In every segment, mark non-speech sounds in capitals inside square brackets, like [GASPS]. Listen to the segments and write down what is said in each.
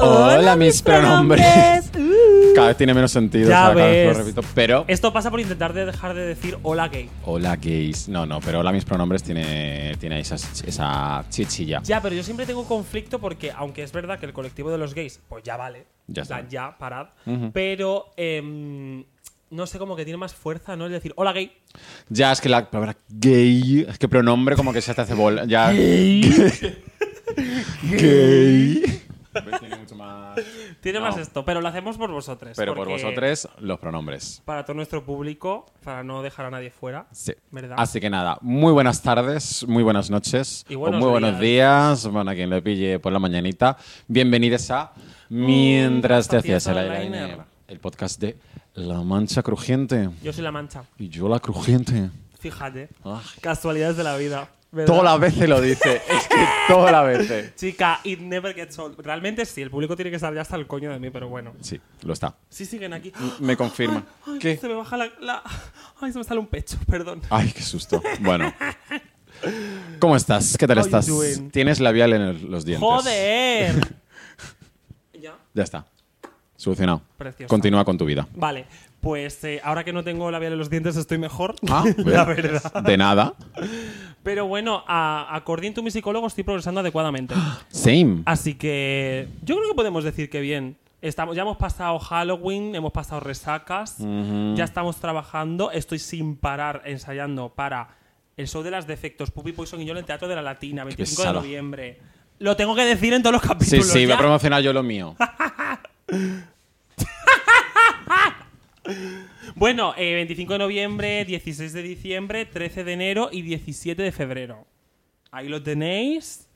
Hola, mis pronombres. Uh. Cada vez tiene menos sentido, Ya o sea, cada vez ves. lo repito. Pero. Esto pasa por intentar de dejar de decir hola gay. Hola, gays. No, no, pero hola, mis pronombres tiene, tiene esa, esa chichilla. Ya, pero yo siempre tengo conflicto porque, aunque es verdad que el colectivo de los gays, pues ya vale. Ya En plan, está. Ya, parad. Pero, em, no sé, como que tiene más fuerza, ¿no? Es decir, hola gay. Ya, es que la palabra gay. Es que pronombre como que se te hace bola. Ya. [LAUGHS] gay. Pues tiene mucho más. Tiene No. más esto, pero lo hacemos por vosotros. Pero por porque vosotros, los pronombres. Para todo nuestro público, para no dejar a nadie fuera. Sí. ¿Verdad? Así que nada, muy buenas tardes, muy buenas noches, Y o buenos muy buenos días. Bueno, a quien le pille por la mañanita. Bienvenidos a Mientras te hacías hacías el eyeliner. eyeliner, el podcast de La Mancha Crujiente. Yo soy la mancha. Y yo la crujiente. Fíjate. Ah. Casualidades de la vida. ¿verdad? Todas las veces lo dice, es que todas las veces. Chica, it never gets old. Realmente sí, el público tiene que estar ya hasta el coño de mí, pero bueno. Sí, lo está. Sí, siguen [GASPS] aquí. ¡Ah! Me confirma. Ay, ¿Qué? Ah, Se me baja la, la- Ay, se me sale un pecho, perdón. Ay, qué susto. Bueno. ¿Cómo estás? ¿Qué tal How you estás? doing? Tienes labial en el- los dientes. ¡Joder! ya. Ya está. Solucionado. Precioso. Continúa con tu vida. Vale, pues eh, ahora que no tengo labial en los dientes estoy mejor. Ah, [LAUGHS] la ¿ves? [LAUGHS] verdad. De nada. Pero bueno, a, according to mi psicólogo estoy progresando [GASPS] adecuadamente. Same. Así que yo creo que podemos decir que bien. Estamos, ya hemos pasado Halloween, hemos pasado resacas, ya estamos trabajando, estoy sin parar ensayando para el show de las defectos, Puppy Poison y yo en el Teatro de la Latina, 25 de pesada. noviembre. Lo tengo que decir en todos los Sí, capítulos. sí, voy ya. a promocionar yo lo [LAUGHS] mío. Bueno, eh, 25 de noviembre, 16 de diciembre, 13 de enero y 17 de febrero. Ahí lo tenéis.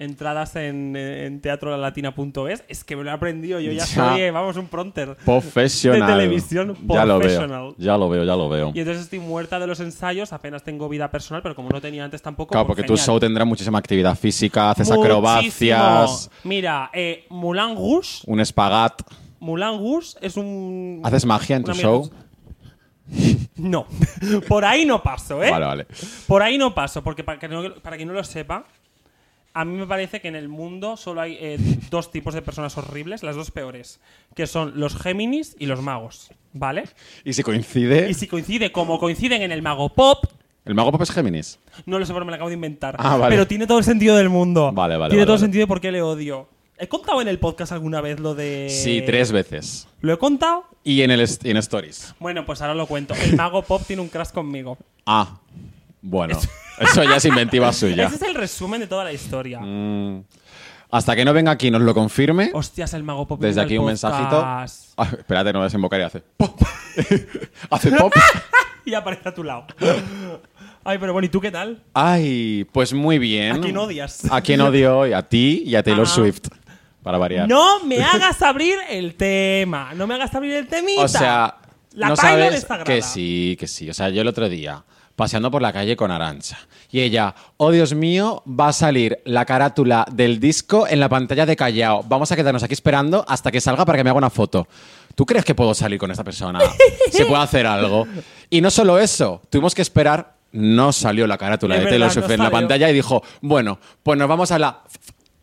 Entradas en, en teatrolalatina.es. Es que me lo he aprendido, yo ya, Ya. soy, eh, vamos, un pronter. Profesional. De televisión, Ya lo professional. veo. Ya lo veo, ya lo veo. Y entonces estoy muerta de los ensayos, apenas tengo vida personal, pero como no tenía antes tampoco. Claro, pues porque tu genial. show tendrá muchísima actividad física, haces Muchísimo. acrobacias, Mira, eh, Mulan Rouge, un espagat. Moulin Rouge es un. ¿Haces magia en una tu mierda. show? No, [LAUGHS] por ahí no paso, ¿eh? Vale, vale. Por ahí no paso, porque para, que no- para quien no lo sepa, a mí me parece que en el mundo solo hay eh, dos tipos de personas horribles, las dos peores, que son los Géminis y los magos, ¿vale? Y si coincide. Y si coincide, como coinciden en el mago pop, El mago pop es Géminis. No lo sé, pero me lo acabo de inventar. Ah, vale. Pero tiene todo el sentido del mundo. Vale, vale, Tiene vale, todo el vale. sentido de por qué le odio. ¿He contado en el podcast alguna vez lo de.? Sí, tres veces. ¿Lo he contado? Y en el est- y en Stories. Bueno, pues ahora lo cuento. El mago pop tiene un crash conmigo. Ah. [LAUGHS] Bueno. Eso ya Mm. es inventiva suya. Ese es el resumen de toda la historia. Hasta que no venga aquí y nos lo confirme. Hostias, el mago pop. Desde vino aquí al un mensajito. podcast. [LAUGHS] Ah, espérate, no va a desembocar y hace pop. [LAUGHS] hace pop. Y aparece a tu lado. [GASPS] Ay, pero bueno, ¿y tú qué tal? Ay, pues muy bien. ¿A quién odias? ¿A quién odio? Y A ti y a Taylor Ah. Swift. Para variar. [LAUGHS] No me hagas abrir el tema. No me hagas abrir el temita. O sea, la no paila sabes desagrada. que sí, que sí. O sea, yo el otro día, paseando por la calle con Arancha, y ella, oh Dios mío, va a salir la carátula del disco en la pantalla de Callao. Vamos a quedarnos aquí esperando hasta que salga para que me haga una foto. ¿Tú crees que puedo salir con esta [LAUGHS] persona? ¿Se puede hacer algo? Y no solo eso, tuvimos que esperar. No salió la carátula Es de Taylor verdad, Swift no en la salió. pantalla y dijo, bueno, pues nos vamos a la...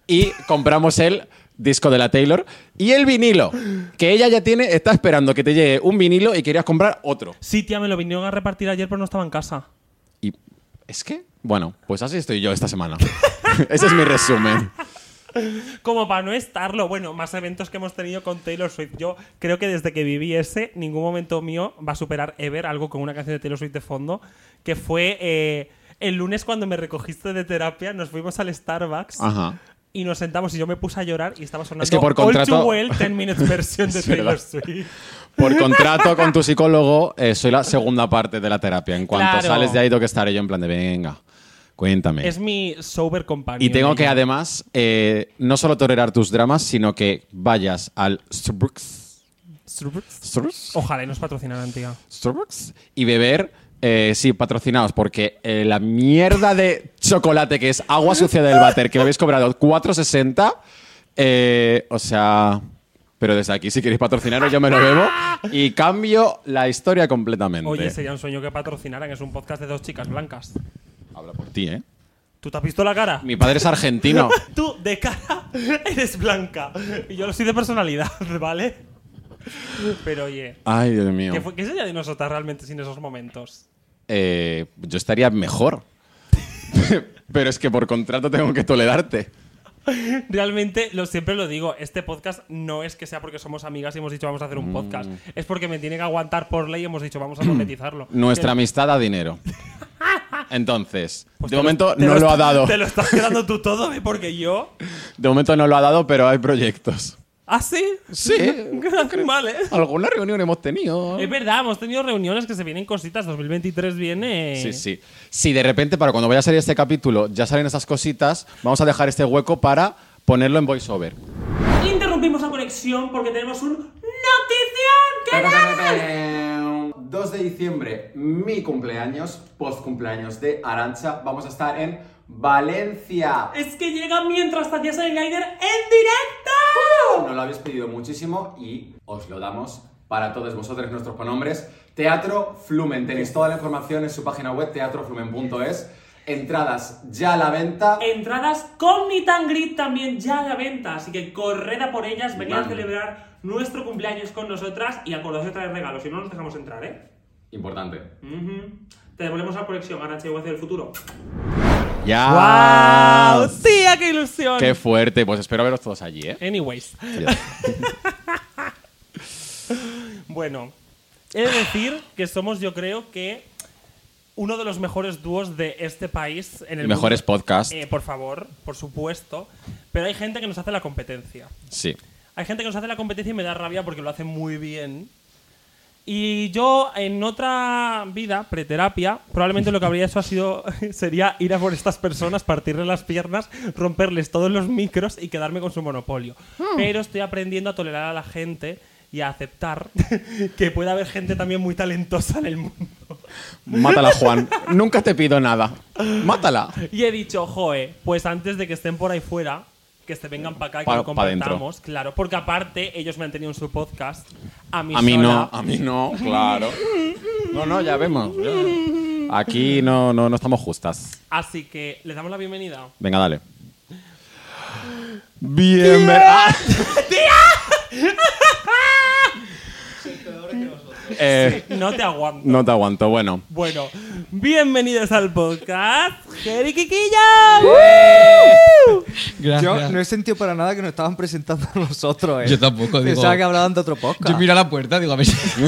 Y compramos el disco de la Taylor y el vinilo, que ella ya tiene, está esperando que te llegue un vinilo y querías comprar otro. Sí, tía, me lo vinieron a repartir ayer, pero no estaba en casa. Y es que, bueno, pues así estoy yo esta semana. [LAUGHS] Ese es mi resumen. Como para no estarlo. Bueno, más eventos que hemos tenido con Taylor Swift. Yo creo que desde que viví ese, ningún momento mío va a superar ever algo con una canción de Taylor Swift de fondo, que fue eh, el lunes cuando me recogiste de terapia, nos fuimos al Starbucks. Ajá. Y nos sentamos y yo me puse a llorar y estaba sonando Es que por All Too contrato- Well [LAUGHS] 10 Minutes versión de Es Taylor verdad. Swift. Por contrato con tu psicólogo, eh, soy la segunda parte de la terapia. En cuanto Claro. sales de ahí, tengo que estar yo en plan de, venga, cuéntame. Es mi sober companion. Y tengo que ella. además eh, no solo tolerar tus dramas, sino que vayas al Starbucks, Starbucks. Starbucks, Ojalá y nos patrocinaran, tía. Starbucks y beber, eh, sí, patrocinados, porque eh, la mierda de chocolate que es agua sucia del váter que me habéis cobrado 4,60, eh, o sea, pero desde aquí si queréis patrocinaros yo me lo bebo y cambio la historia completamente. Oye, sería un sueño que patrocinaran. Es un podcast de dos chicas blancas. Habla por ti, ¿eh? ¿Tú te has visto la cara? Mi padre es argentino. [LAUGHS] Tú, de cara, eres blanca. Y yo lo soy de personalidad, [LAUGHS] ¿vale? Pero oye, Ay, Dios mío. ¿qué, fue- qué sería de nosotras realmente sin esos momentos? [LAUGHS] Eh, yo estaría mejor. [LAUGHS] Pero es que por contrato tengo que tolerarte. Realmente, lo, siempre lo digo, este podcast no es que sea porque somos amigas y hemos dicho vamos a hacer un podcast. Mm. Es porque me tiene que aguantar por ley y hemos dicho vamos a monetizarlo. [CLEARS THROAT] Nuestra Que- amistad da dinero. Entonces, pues de te momento te no lo ha está- dado. Te lo estás quedando tú todo, ¿eh? porque yo... De momento no lo ha dado, pero hay proyectos. ¿Ah, sí? [LAUGHS] Sí. vale. Alguna reunión hemos tenido. Es verdad, hemos tenido reuniones que se vienen cositas. 2023 viene... Sí, sí. Si de repente, para cuando vaya a salir este capítulo, ya salen esas cositas, vamos a dejar este hueco para ponerlo en voiceover. Interrumpimos la conexión porque tenemos un notición. 2 de diciembre, mi cumpleaños, post cumpleaños de Arancha, vamos a estar en Valencia. Que es que llega mientras hacías el Gaider en directo. Nos lo habéis pedido muchísimo y os lo damos para todos vosotros, nuestros pronombres. Teatro Flumen, tenéis toda la información en su página web teatroflumen.es. Entradas ya a la venta. Entradas con mi Grid también ya a la venta, así que corred a por ellas, venid a Vamos. celebrar nuestro cumpleaños con nosotras y acordaos de traer regalos, si no nos dejamos entrar, ¿eh? Importante. Ujú. Te devolvemos la conexión, Arancha y Guace del futuro. ¡Ya! ¡Tía, qué ilusión! Ah. ¡Qué fuerte! Pues espero veros todos allí, ¿eh? Anyways. [LAUGHS] Bueno, he de decir que somos, yo creo que uno de los mejores dúos de este país en el Mejores mundo. podcasts. Eh, por favor, por supuesto. Pero hay gente que nos hace la competencia. Sí. Hay gente que nos hace la competencia y me da rabia porque lo hace muy bien. Y yo en otra vida, preterapia, probablemente lo que habría hecho ha sido, [LAUGHS] sería ir a por estas personas, partirle las piernas, romperles todos los micros y quedarme con su monopolio. Pero estoy aprendiendo a tolerar a la gente y a aceptar [LAUGHS] que puede haber gente también muy talentosa en el mundo. Mátala, Juan. Nunca te pido nada. Mátala. Y he dicho, joe, pues antes de que estén por ahí fuera, que se vengan para acá y que Pa- lo pa' dentro. compartamos, claro, porque aparte ellos me han tenido en su podcast. A mí, A mí sola. no, a mí no, claro. No, no, ya vemos. ya vemos. Aquí no, no, no estamos justas. Así que les damos la bienvenida. Venga, dale. Bien, Ah. ¡Tía! Eh, No te aguanto. no te aguanto, bueno. Bueno, bienvenidos al podcast Jeriquiquilla. Gracias. Yo no he sentido para nada que nos estaban presentando a nosotros, ¿eh? Yo tampoco, digo- Pensaba que hablaban de otro podcast. Yo miro a la puerta, digo, a ver si, si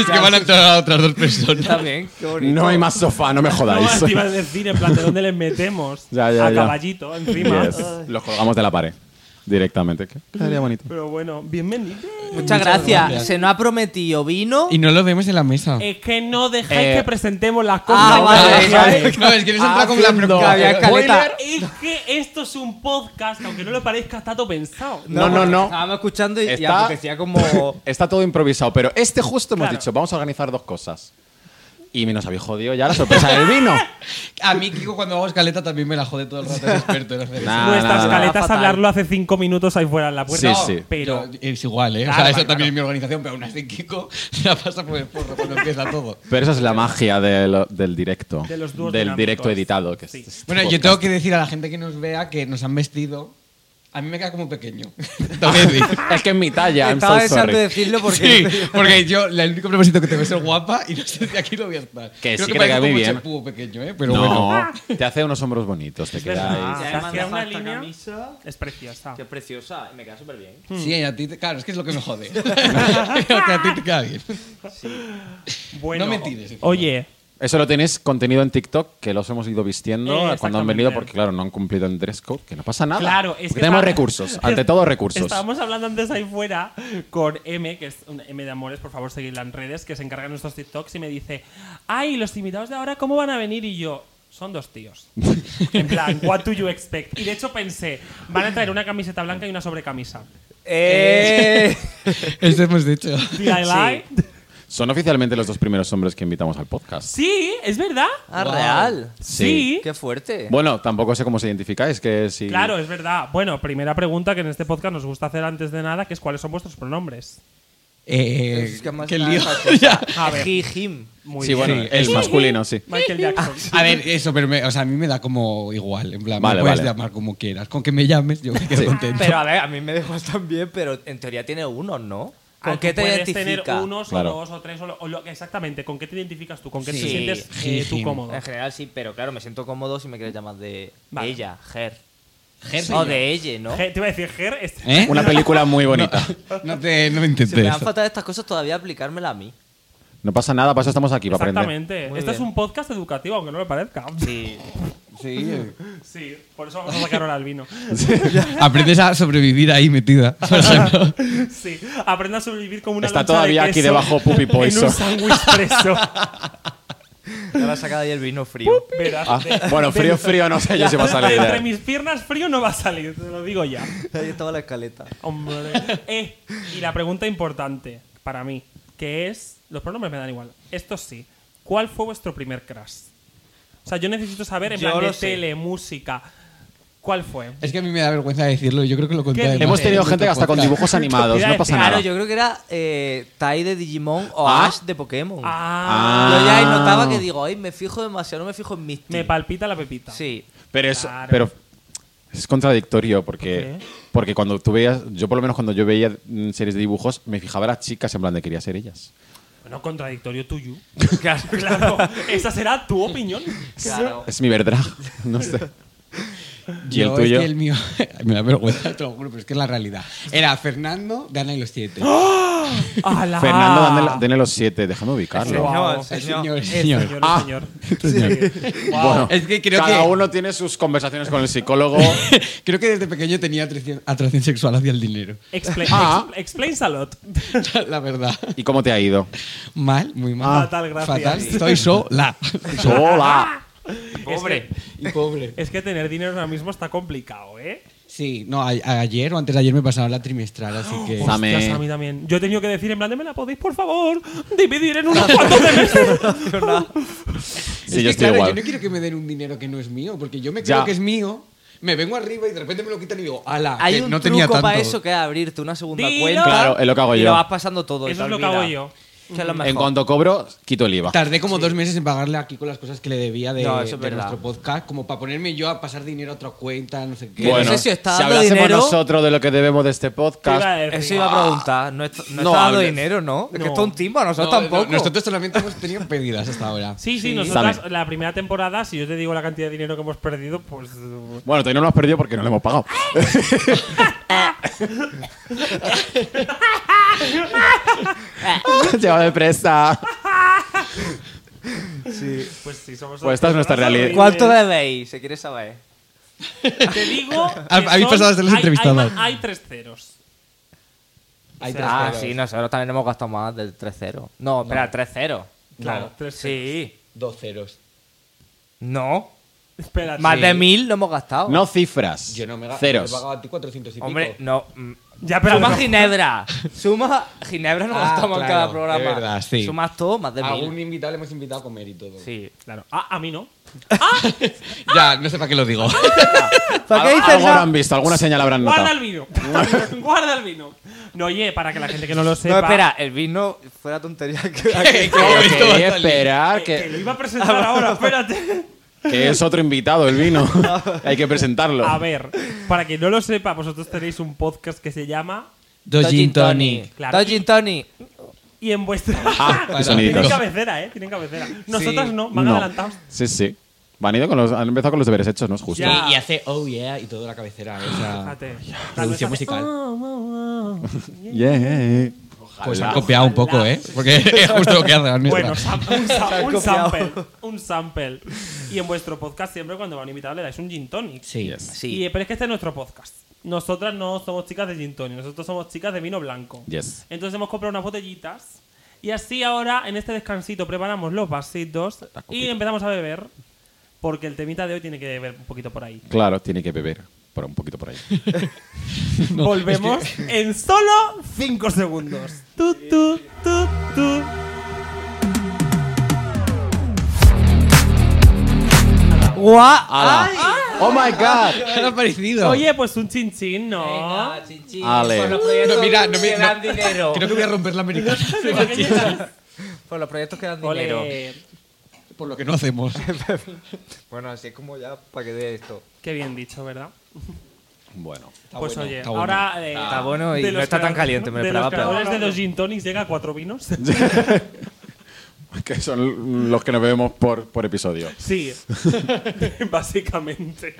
es que van a entrar otras dos personas. También, qué bonito. No hay más sofá, no me No, jodáis. te iba a decir en plan de dónde les metemos [LAUGHS] Ya, ya, a ya. caballito encima. Yes. Los colgamos de la pared directamente. ¿Qué? Estaría bonito. Pero bueno, bienvenidos. Muchas gracias. Se nos ha prometido vino. Y no lo vemos en la mesa. Es que no dejáis Eh, que presentemos las cosas. ah, No, vale, no, vale. no, es que les entra con la Haciendo- que había pregunta. escaleta. Es que esto es un podcast, aunque no lo parezca, está todo pensado. No, no, porque no. Estábamos escuchando y, y Está- [LAUGHS] apetecía como. Está todo improvisado, pero este justo hemos Claro. dicho, vamos a organizar dos cosas. Y nos habéis jodido ya la sorpresa del vino. A mí, Kiko, cuando hago escaleta también me la jode todo el rato, es experto en hacer eso. Nah, Nuestras nah, nah. caletas Fatal. hablarlo hace cinco minutos ahí fuera en la puerta. Sí, No, sí. Pero yo- es igual, ¿eh? O Claro, sea, eso claro, también es mi organización, pero aún así Kiko [LAUGHS] se la pasa por el forro cuando empieza todo. [LAUGHS] Pero esa es la magia de lo- del directo. De los dúos del dinámicos. directo editado. Que es Sí. este Bueno, yo podcast. tengo que decir a la gente que nos vea que nos han vestido. A mí me queda [LAUGHS] como pequeño. Tengo que decir. Es que es mi talla, I'm Estaba so deseando sorry. decirlo [LAUGHS] Sí, porque. porque yo la- el único propósito que tengo es ser guapa y no sé si aquí lo voy a estar. Que sí que te parece cae muy como bien. chepú pequeño, ¿eh? Pero bueno. No, te hace unos hombros bonitos, te queda verdad. ahí. Ya me Se hacía mandaba una esta línea. camisa. es preciosa. es preciosa y me queda súper bien. Sí, a ti, te- claro, es que es lo que me [LAUGHS] jode. Lo que a ti te queda bien. Bueno, No me tires. Oye, Eso lo tenéis contenido en TikTok, que los hemos ido Eh, vistiendo cuando han exactamente. venido, porque claro, no han cumplido el dress code, que no pasa nada. Claro, es Porque que tenemos está- recursos, ante todo recursos. Estábamos hablando antes ahí fuera con M, que es un M de Amores, por favor, seguidla en redes, que se encarga de nuestros TikToks y me dice, ay, los invitados de ahora, ¿cómo van a venir? Y yo, son dos tíos. en plan, what do you expect? Y de hecho pensé, van a traer una camiseta blanca y una sobrecamisa. [LAUGHS] Eh. Eso hemos dicho. Did I lie? Sí. Son oficialmente los dos primeros hombres que invitamos al podcast. ¿es verdad? ah, Wow. real. Sí. Qué fuerte. Bueno, tampoco sé cómo se identificáis, que si... Claro, es verdad. Bueno, primera pregunta que en este podcast nos gusta hacer antes de nada, que es cuáles son vuestros pronombres. eh, Es que más que el nada lío. [LAUGHS] esas ya. A ver. He, him. Muy sí, bien. bueno, el masculino, sí. Michael Jackson. A ver, eso, pero me- o sea, a mí me da como igual. En plan, Vale, me puedes vale. llamar como quieras. Con que me llames, yo me quedo Sí. contento. Pero a ver, a mí me dejó también, pero en teoría tiene unos, ¿no? ¿Con Ah, qué tú te puedes identifica? tener unos Claro. o dos o tres o lo- o lo- exactamente con qué te identificas tú con qué te Sí. sientes eh, tú Jijim. cómodo En general sí, pero claro, me siento cómodo si me quieres llamar de Vale. ella, Ger. Ger soy o yo. de ella, ¿no? Je- te iba a decir Ger es- ¿Eh? [LAUGHS] Una película muy bonita. [LAUGHS] No te, no me Se me intentes. dan fatal estas cosas todavía aplicármela a mí. No pasa nada, para eso estamos aquí, para aprender. exactamente Muy este es bien. un podcast educativo aunque no lo parezca [LAUGHS] Sí. Sí. [LAUGHS] sí por eso vamos a sacar ahora [LAUGHS] al vino Aprendes a sobrevivir ahí metida. [LAUGHS] Por ejemplo. sí aprende a sobrevivir como una Está loncha de todavía aquí queso debajo Puppy [LAUGHS] en Poison. un sándwich [LAUGHS] preso Ahora saca de ahí el vino frío. Verás, Ah, de- bueno, de- frío, frío, no sé yo si va a salir. entre mis piernas frío no va a salir te lo digo ya Ahí estaba la escaleta. Hombre. Eh, y la pregunta importante para mí, que es. Los pronombres me dan igual. Esto sí. ¿Cuál fue vuestro primer crush? O sea, yo necesito saber en Yo plan lo de sé. tele, música. ¿Cuál fue? Es que a mí me da vergüenza decirlo. Yo creo que lo conté. ¿Qué además Hemos tenido en gente que otro hasta con podcast. dibujos animados, Mira, no pasa Claro, nada. yo creo que era eh, Tai de Digimon o Ah. Ash de Pokémon. Ah, Yo ya ahí Ah. notaba que digo, ay, me fijo demasiado, no me fijo en Misty. me palpita la pepita. Sí. Pero es, Claro. pero es contradictorio porque, ¿Por qué? porque cuando tú veías, yo por lo menos cuando yo veía mm, series de dibujos, me fijaba en las chicas en plan de quería ser ellas. Bueno, contradictorio tuyo. claro, claro. [LAUGHS] Esa será tu opinión. Claro. Es mi verdad, [LAUGHS] no sé. ¿Y el Yo, tuyo? Es que el mío. [LAUGHS] me da vergüenza, te lo juro, pero es que es la realidad. Era Fernando de Ana y los Siete. ¡Oh! ¡Ala! Fernando, dándole- denle los siete, déjame ubicarlo. Guau. El señor, el El señor. Este [LAUGHS] señor, el Ah. señor. Bueno, Es que creo cada que- uno tiene sus conversaciones con el psicólogo. Creo que desde pequeño tenía atracción, atracción sexual hacia el dinero. [LAUGHS] Expla- Ah. expl- explains a lot. La verdad. ¿Y cómo te ha [LAUGHS] ido? Mal, muy Ah, mal. Fatal, gracias. Fatal. [LAUGHS] Estoy sola. ¡Hola! Pobre. y pobre. Es que tener dinero ahora mismo está complicado, ¿eh? Sí, no, a- a- ayer o antes de ayer me pasaba la trimestral, [GASPS] así que. Sam- Dame- Hostias, a mí también. Yo he tenido que decir en plan de me la podéis, por favor, dividir [LAUGHS] en unos cuantos de Sí, meses. Es yo que, estoy claro, igual. Yo no quiero que me den un dinero que no es mío, porque yo me Ya. creo que es mío, me vengo arriba y de repente me lo quitan y digo, ala, Hay que un no tenía truco tanto. para eso que es abrirte una segunda Dilo. cuenta. Claro, es lo que hago y yo. lo vas pasando todo. y Eso te es lo que hago olvidas. yo. Mm. Que es lo mejor. En cuanto cobro, quito el IVA. Tardé como dos meses en pagarle aquí con las cosas que le debía de, No, eso es de verdad. nuestro podcast, como para ponerme yo a pasar dinero a otra cuenta, no sé qué. Que no Bueno, sé si está si dando hablásemos dinero- nosotros de lo que debemos de este Te iba a podcast, eh. decir, Eso iba a preguntar. No, está, no No está dando hables. dinero, ¿no? Es No. que esto es un timbo, a No, nosotros no, tampoco. Nosotros solamente hemos tenido pedidas hasta ahora. Sí, sí, nosotras la primera temporada, si yo te digo la cantidad de dinero que hemos perdido, pues. eh, Bueno, todavía no lo has perdido porque no lo hemos pagado. [LAUGHS] Lleva de presa. Pues sí, somos. Pues esta es nuestra personas realidad. horribles. ¿Cuánto debéis? Se quiere saber. Te [LAUGHS] digo. que Habéis son- pasado a ser hay- los hay entrevistados. ma- Hay, tres ceros. Hay O tres Ah, ceros. sí, nosotros también hemos gastado más del 3-0. No, espera, 3-0. Claro, No. 3-0. Sí. Dos ceros. No. Espérate. Más de mil no hemos gastado. No cifras. Yo no me he Ceros. pagado a ti 400 y pico. Hombre, no. mm. Ya, pero Suma no. Ginebra. Suma Ginebra no Ah, gastamos en claro, cada programa. es verdad, sí. Sumas todo, más de A mil. un invitado le hemos invitado a comer y todo. Sí. Claro. Ah, a mí no. Ya, no sé para qué [LAUGHS] lo digo. ¿Para qué Al- dices Algo eso? habrán visto, alguna señal habrán Guarda el notado. vino. [LAUGHS] Guarda el vino. No, oye, para que la gente que no lo No, sepa. espera, el vino fue la tontería [LAUGHS] que. ¿Qué? Pero Esto va a quería salir. esperar Que, que que, lo iba a presentar ahora, espérate. que es otro invitado el vino. Hay que presentarlo. A ver, para que no lo sepa, vosotros tenéis un podcast que se llama Dos gin tonic. Claro. Dos gin tonic. Y en vuestra. [LAUGHS] Ah, y Tienen soniditos. cabecera, ¿eh? Tienen cabecera. Nosotras no, van No. adelantados. Sí, sí. Van ido con los, han empezado con los deberes hechos, ¿no? Es justo. Ya. Y, y hace oh yeah y toda la cabecera. ¿eh? O sea, Fíjate. Ah. producción musical. Ah, Yeah. Pues han copiado un poco, Ojalá. ¿eh? Porque [LAUGHS] es justo lo que hacen. Bueno, sam- un, sam- Se han un copiado. sample. Un sample. Y en vuestro podcast siempre cuando van invitados le dais un gin tonic. sí. Yes. Y, pero es que este es nuestro podcast. Nosotras no somos chicas de gin tonic, nosotros somos chicas de vino blanco. Yes. Entonces hemos comprado unas botellitas y así ahora en este descansito preparamos los vasitos y empezamos a beber porque el temita de hoy tiene que beber un poquito por ahí. Claro, tiene que beber. Por un poquito por [LAUGHS] ahí. Volvemos en solo 5 segundos. Tu, tu, tu, tu. ¡Guau! Ala. Ah. ¡Ay! ¡Oh, my God! Era parecido. Oye, pues un chinchín, ¿no? Venga, chinchín, Ale. Por los proyectos No, mira, no, mi- que dan no. dinero. Creo que voy [LAUGHS] a romper la americana. [LAUGHS] Por los proyectos que dan dinero. Ole. Por lo que no hacemos. Bueno, así es como ya para que dé esto. Qué bien dicho, ¿verdad? Bueno. [LAUGHS] pues bueno, oye, está bueno. ahora. eh, Está bueno y de no los está tan creadores- caliente, me lo de esperaba los creadores peor. de los gin tonics llega a cuatro [LAUGHS] vinos. que son los que nos vemos por, por episodio. Sí, [LAUGHS] básicamente.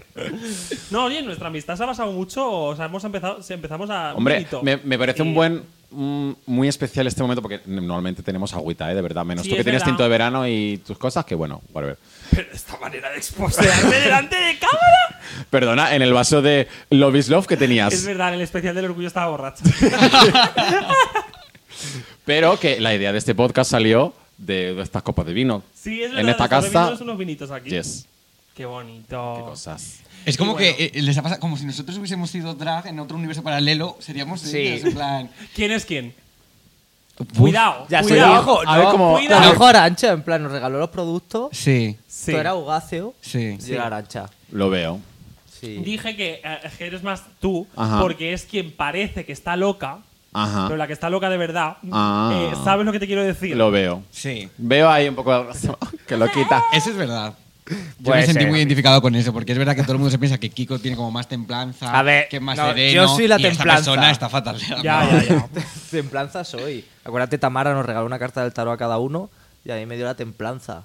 No, oye, nuestra amistad se ha basado mucho. O sea, hemos empezado, si empezamos a. Hombre, poquito. me, me parece Eh, un buen. mm, Muy especial este momento porque normalmente tenemos agüita, ¿eh? de verdad. Menos Sí, tú que es tienes verdad. tinto de verano y tus cosas, que bueno, whatever. Pero [LAUGHS] esta manera de exposearme delante de cámara. Perdona, en el vaso de Love is Love que Es [LAUGHS] tenías. verdad, en el especial del orgullo [LAUGHS] estaba borracha. Pero que la idea de este podcast salió de, de estas copas de vino. Sí, es verdad. En esta hasta casa. bebimos unos vinitos aquí. Yes. Qué bonito. Qué cosas. Es como bueno. que eh, les ha pasado, como si nosotros hubiésemos sido drag en otro universo paralelo, seríamos Sí. ellas, en plan. ¿Quién es quién? Cuidado. Ya cuidado. se dijo. A ver no, cómo- A lo Cuidado. mejor Arancha, en plan, nos regaló los productos. Sí, Sí. Tú eras Ugáceo sí. y era Arancha. Lo veo. Sí. Dije que eh, que eres más tú Ajá. porque es quien parece que está loca, Ajá. pero la que está loca de verdad. Ah. eh, ¿Sabes lo que te quiero decir? Lo veo. Sí. Veo ahí un poco [LAUGHS] que lo [LAUGHS] quita. Eso es verdad. Yo Puede me sentí ser. muy identificado con eso, porque es verdad que todo el mundo se piensa que Kiko tiene como más templanza, A ver, que es más no, sereno. yo soy la y templanza. Esta persona está fatal. Ya, ya, [LAUGHS] ya. [LAUGHS] templanza soy. Acuérdate, Tamara nos regaló una carta del tarot a cada uno y a mí me dio la templanza.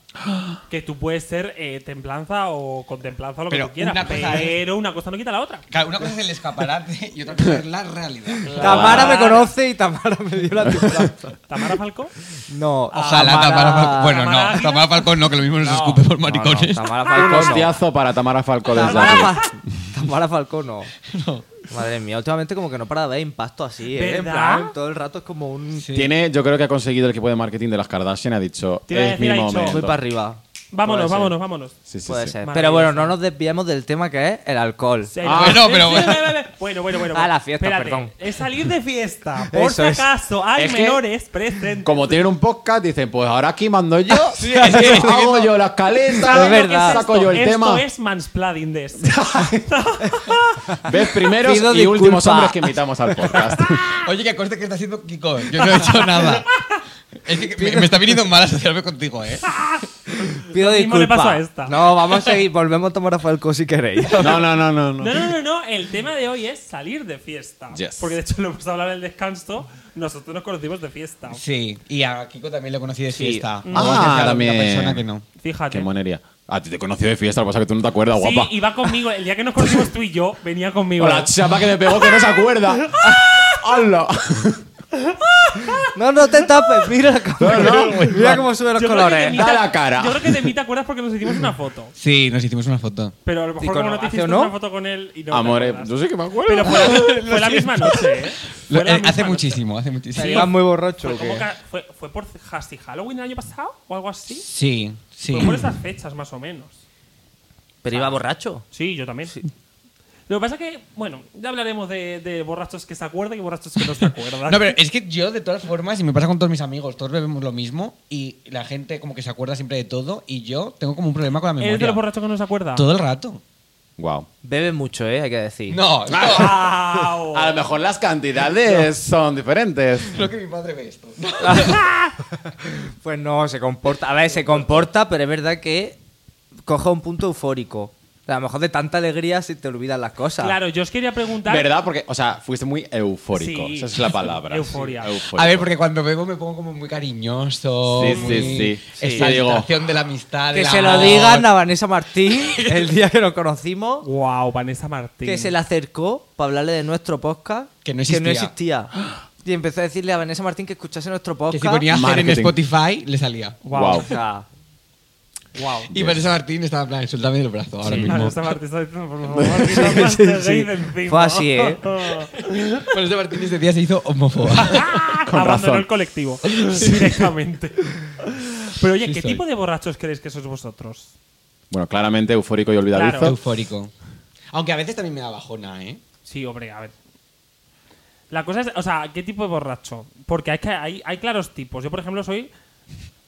que tú puedes ser eh, templanza o con templanza o lo Pero que tú quieras, una cosa es- pero una cosa no quita la otra. Claro, una cosa es el escaparate y otra cosa es la realidad. Tamara me conoce y Tamara me dio la [LAUGHS] templanza. Tamara Falcó. No, Ojalá Ah, Tamara Falcón. Bueno, Tamara no, Águila. Tamara Falcón no, que lo mismo nos escupe por maricones. No, no, [LAUGHS] Tamara Un Falcón. no. hostiazo para Tamara Falco desde Tamara, aquí. Fa- [LAUGHS] Tamara Falcón no. Madre mía, últimamente como que no para de dar impacto así, ¿eh? En ¿Verdad? plan, todo el rato es como un... Sí. Tiene, yo creo que ha conseguido el equipo de marketing de las Kardashian. Ha dicho, Te iba a es decir, mi ha dicho, momento. Voy para arriba. Vámonos, Puede ser. vámonos, vámonos. Sí, sí, Puede sí. ser. Maravilloso. Pero bueno, no nos desviemos del tema que es el alcohol. Sí, Ah, no. bueno, pero Sí, bueno. ve, ve, ve. bueno, bueno, bueno. Ah, la fiesta, Espérate, perdón. Es salir de fiesta. [LAUGHS] Por Eso si es. acaso hay Es que- menores presentes. Como tienen un podcast, dicen, pues ahora aquí mando [LAUGHS] yo, es que estoy hago viendo- yo las Es caletas, ¿Sabes lo que verdad. es saco yo el esto tema. es mansplaiding de este. Ves primeros [LAUGHS] Pido y últimos disculpa. hombres que invitamos al [LAUGHS] podcast. Oye, que conste que está haciendo Kiko. Yo no he hecho nada. Es que me, me está viniendo mal asociarme contigo, ¿eh? Pido Lo mismo le disculpas. pasó a esta. No, vamos a seguir, volvemos a tomar a Falcón si queréis. [LAUGHS] No, no, no, no. No, no. no, no, no. El tema de hoy es salir de fiesta. Yes. Porque de hecho lo hemos hablado en el descanso. Nosotros nos conocimos de fiesta. Sí. Y a Kiko también lo conocí de fiesta. Ah, Vamos a hacer a la también. persona que no. Fíjate. Qué monería. A ti te conocí de fiesta, lo que pasa es que tú no te acuerdas, Sí, guapa. iba conmigo. El día que nos conocimos tú y yo, venía conmigo. O la chapa que me pegó que no se [LAUGHS] acuerda. ¡Hala! No, no te tapes, mira cómo, No, no. mira cómo suben los Yo creo que de colores. mí Da te- la cara. Yo creo que de mí te acuerdas porque nos hicimos una foto. Sí, nos hicimos una foto. Pero a lo mejor con como no te Horacio, hiciste ¿no? una foto con él y no te Amores, acuerdas. eh, yo sí que me acuerdo. Pero fue, la- fue la misma noche, ¿eh? Fue Lo- la eh, misma hace noche. muchísimo, hace muchísimo. Ibas muy borrocho. Fue, ¿o como qué? ca- fue- fue por Hasty Halloween el año pasado o algo así. Sí, sí. Fue Pues por esas fechas más o menos. Pero iba borracho. Sí, yo también. Lo que pasa que, bueno, ya hablaremos de, de borrachos que se acuerdan y borrachos que no se acuerdan. [LAUGHS] No, pero eh, es que yo, de todas formas, y me pasa con todos mis amigos, todos bebemos lo mismo y la gente como que se acuerda siempre de todo y yo tengo como un problema con la ¿Eres de los memoria. borrachos que no se acuerda? Todo el rato. Wow. Bebe mucho, eh, hay que decir. [LAUGHS] No, no. [LAUGHS] ¡Guau! A lo mejor las cantidades son diferentes. Creo que mi padre ve esto. Pues no, se comporta. A ver, se comporta, pero es verdad que coge un punto eufórico. A lo mejor de tanta alegría se te olvidan las [LAUGHS] cosas. Claro, yo os quería preguntar. ¿Verdad? Porque, o sea, fuiste muy eufórico. Sí. Esa es la palabra. [LAUGHS] Euforia. Eufórico. A ver, porque cuando bebo me pongo como muy cariñoso. Sí, sí, muy sí. Sí. Exaltación de la amistad. Que del se lo amor. digan a Vanessa [LAUGHS] Martín el día que nos conocimos, ¡Wow! Vanessa Martín. que se le acercó para hablarle de nuestro podcast. Que no existía. existía. Y empezó a decirle a Vanessa Martín que escuchase nuestro Que podcast. si ponía hacer en Marketing. Spotify, le salía. ¡Wow! Guau. O sea, wow. Y Vanessa Martín estaba en plan, suéltame el brazo ahora Sí, [LAUGHS] mismo. Vanessa Martín está diciendo, por favor, quítate este gay de encima. Fue así, ¿eh? [LAUGHS] Vanessa Martín ese día se hizo homofoba. Con ¡Ah! Abandonó razón. el colectivo directamente. Pero oye, Sí ¿qué soy. tipo de borrachos creéis que sois vosotros? Bueno, claramente eufórico y olvidadizo. Claro. Eufórico. Aunque a veces también me da bajona, ¿eh? Sí, hombre, a ver. La cosa es, o sea, ¿qué tipo de borracho? Porque hay, que, hay, hay claros tipos. Yo, por ejemplo, soy.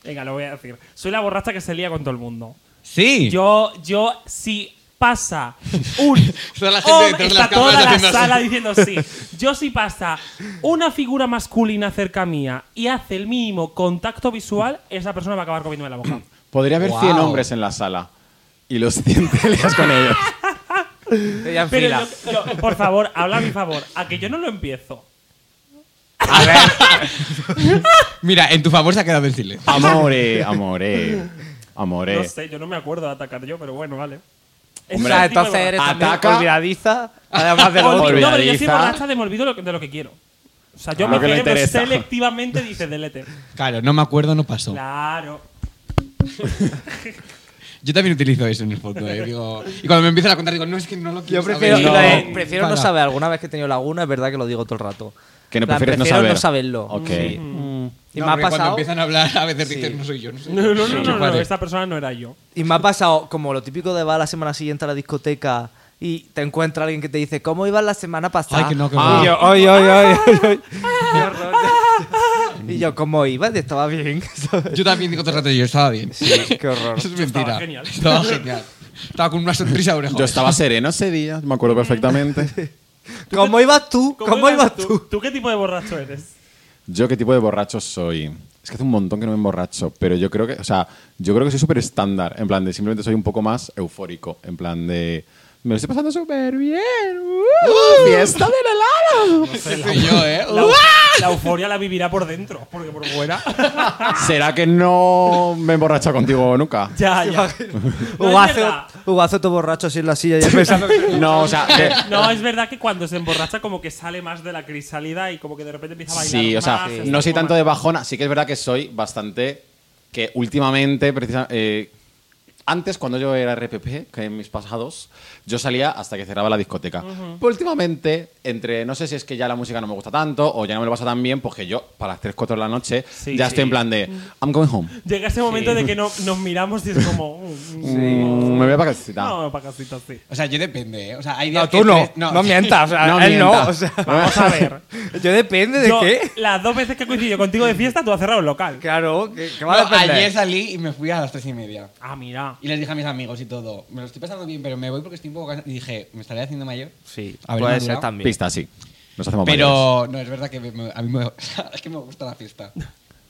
Venga, lo voy a decir. Soy la borracha que se lía con todo el mundo. Sí. Yo, yo, si [LAUGHS] pasa un Toda la gente hom- detrás de está las toda cámaras la haciendo así. sala diciendo sí. Yo si pasa una figura masculina cerca mía y hace el mínimo contacto visual, esa persona va a acabar comiéndome la boca. Podría haber 100 hombres en la sala y los 100 peleas con [LAUGHS] ellos. Ella en Pero fila. yo- yo- por favor, habla a mi favor, a que yo no lo empiezo. Mira, en tu favor se ha quedado el silencio. Amore, amore, amore. No sé, yo no me acuerdo de atacar yo, pero bueno, vale. Es O un sea, tipo de entonces eres también Ataca. olvidadiza, además de lo Olvi- otro. No, pero yo soy [LAUGHS] olvidadiza. borracha de me olvido lo que- de lo que quiero. O sea, yo Ah, Lo mi que le cerebro interesa. selectivamente [LAUGHS] dice delete. Claro, no me acuerdo, no pasó. Claro. Yo también utilizo eso en el fondo. eh, digo- y cuando me empiezan a contar, digo, no, es que no lo quiero Yo prefiero, saber. y la de- No, prefiero no para. saber. Alguna vez que he tenido laguna, es verdad que lo digo todo el rato. Que no En plan, prefieres no prefiero saber. no saberlo. Ok. Sí. Mm. Y No, me ha porque pasado. Cuando empiezan a hablar, a veces dicen, no soy yo, no soy No, yo. no, no, no, no, Vale. esta persona no era yo. Y me ha pasado como lo típico de va la semana siguiente a la discoteca y te encuentra alguien que te dice, ¿cómo ibas la semana pasada? Ay, que no, que y no. Ah. yo, ay, ay, ay, ay, ay". Qué horror. y yo, ¿cómo ibas? Estaba bien. [LAUGHS] ¿sabes? Yo también digo todo el rato, yo estaba bien. Qué horror. Eso es mentira. estaba genial. Estaba genial. Estaba con una sonrisa de oreja. Yo estaba sereno ese día, me acuerdo perfectamente. ¿Cómo ibas tú? ¿Cómo, ibas tú? ¿Tú qué tipo de borracho [LAUGHS] eres? Yo qué tipo de borracho soy. Es que hace un montón que no me emborracho, pero yo creo que, o sea, yo creo que soy súper estándar, en plan de simplemente soy un poco más eufórico, en plan de me lo estoy pasando súper bien. ¡Uh! fiesta del helado. Soy yo, ¿eh? La, la euforia la vivirá por dentro, porque por fuera. [LAUGHS] [LAUGHS] ¿Será que no me he emborrachado contigo nunca? ya, ya. No, es verdad. Hugo hace todo borracho así en la silla y pensando No, o sea, que- No, es verdad que cuando se emborracha como que sale más de la crisálida y como que de repente empieza a bailar Sí, o sea, más, está no soy como tanto más- de bajona, sí que es verdad que soy bastante que últimamente precisamente antes cuando yo era RPP, que en mis pasados, yo salía hasta que cerraba la discoteca. Pero últimamente, entre no sé si es que ya la música no me gusta tanto o ya no me lo pasa tan bien, pues que yo para las 3, 4 de la noche Sí, ya sí. Mm. estoy en plan de I'm going home. Llega ese momento de que no, nos miramos y es como... mm, Mm, me voy a para casita. No, para casita, sí. O sea, yo depende, ¿eh? O sea, hay días No, que tú no. tres- No, [LAUGHS] mientas. O sea, él mienta. no. O sea, Vamos a ver. yo depende [LAUGHS] de Yo, qué. Las dos veces que coincido contigo de fiesta, tú has cerrado el local. Claro, que, que No, va a depender. ayer salí y me fui a las tres y media. Ah, mira. Y les dije a mis amigos y todo, me lo estoy pasando bien, pero me voy porque estoy un poco cansado. Y dije, me estaré haciendo mayor. Sí, Habré puede madurado. ser también. Pista, sí. Nos hacemos mayores. Pero no, es verdad que me- me- a mí me, [LAUGHS] es que me gusta la fiesta.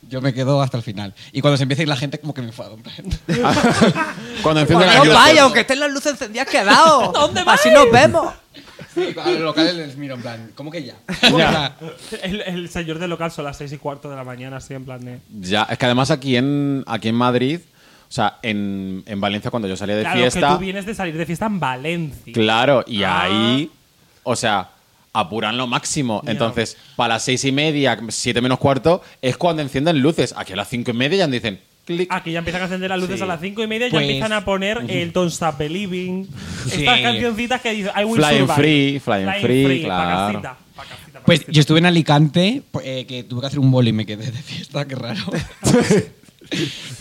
Yo me quedo hasta el final. Y cuando se empieza a ir la gente, como que me enfado. en plan. [LAUGHS] cuando enciende la luz- Cuando pues. no vaya, aunque estén las luces encendidas, [LAUGHS] quedado. ¿Dónde Así nos vemos. Sí, a los locales les miro en plan, ¿cómo que ya? El, el señor del local son las seis y cuarto de la mañana, así en plan de... Ya, es que además aquí en aquí en Madrid, o sea, en, en Valencia cuando yo salía de Claro, fiesta, que tú vienes de salir de fiesta en Valencia. Claro, y Ah. ahí, o sea, apuran lo máximo. Entonces, para las seis y media, siete menos cuarto, es cuando encienden luces. Aquí a las cinco y media ya dicen clic. Aquí ya empiezan a encender las luces Sí. a las cinco y media, Pues- ya empiezan a poner el Don't Stop Believing. Estas cancioncitas que dicen I will Flying survive. free, flying free, Pa' claro. casita, pa' casita, pa' Pues casita. yo estuve en Alicante, po- eh, que tuve que hacer un bolo y me quedé de fiesta, qué raro.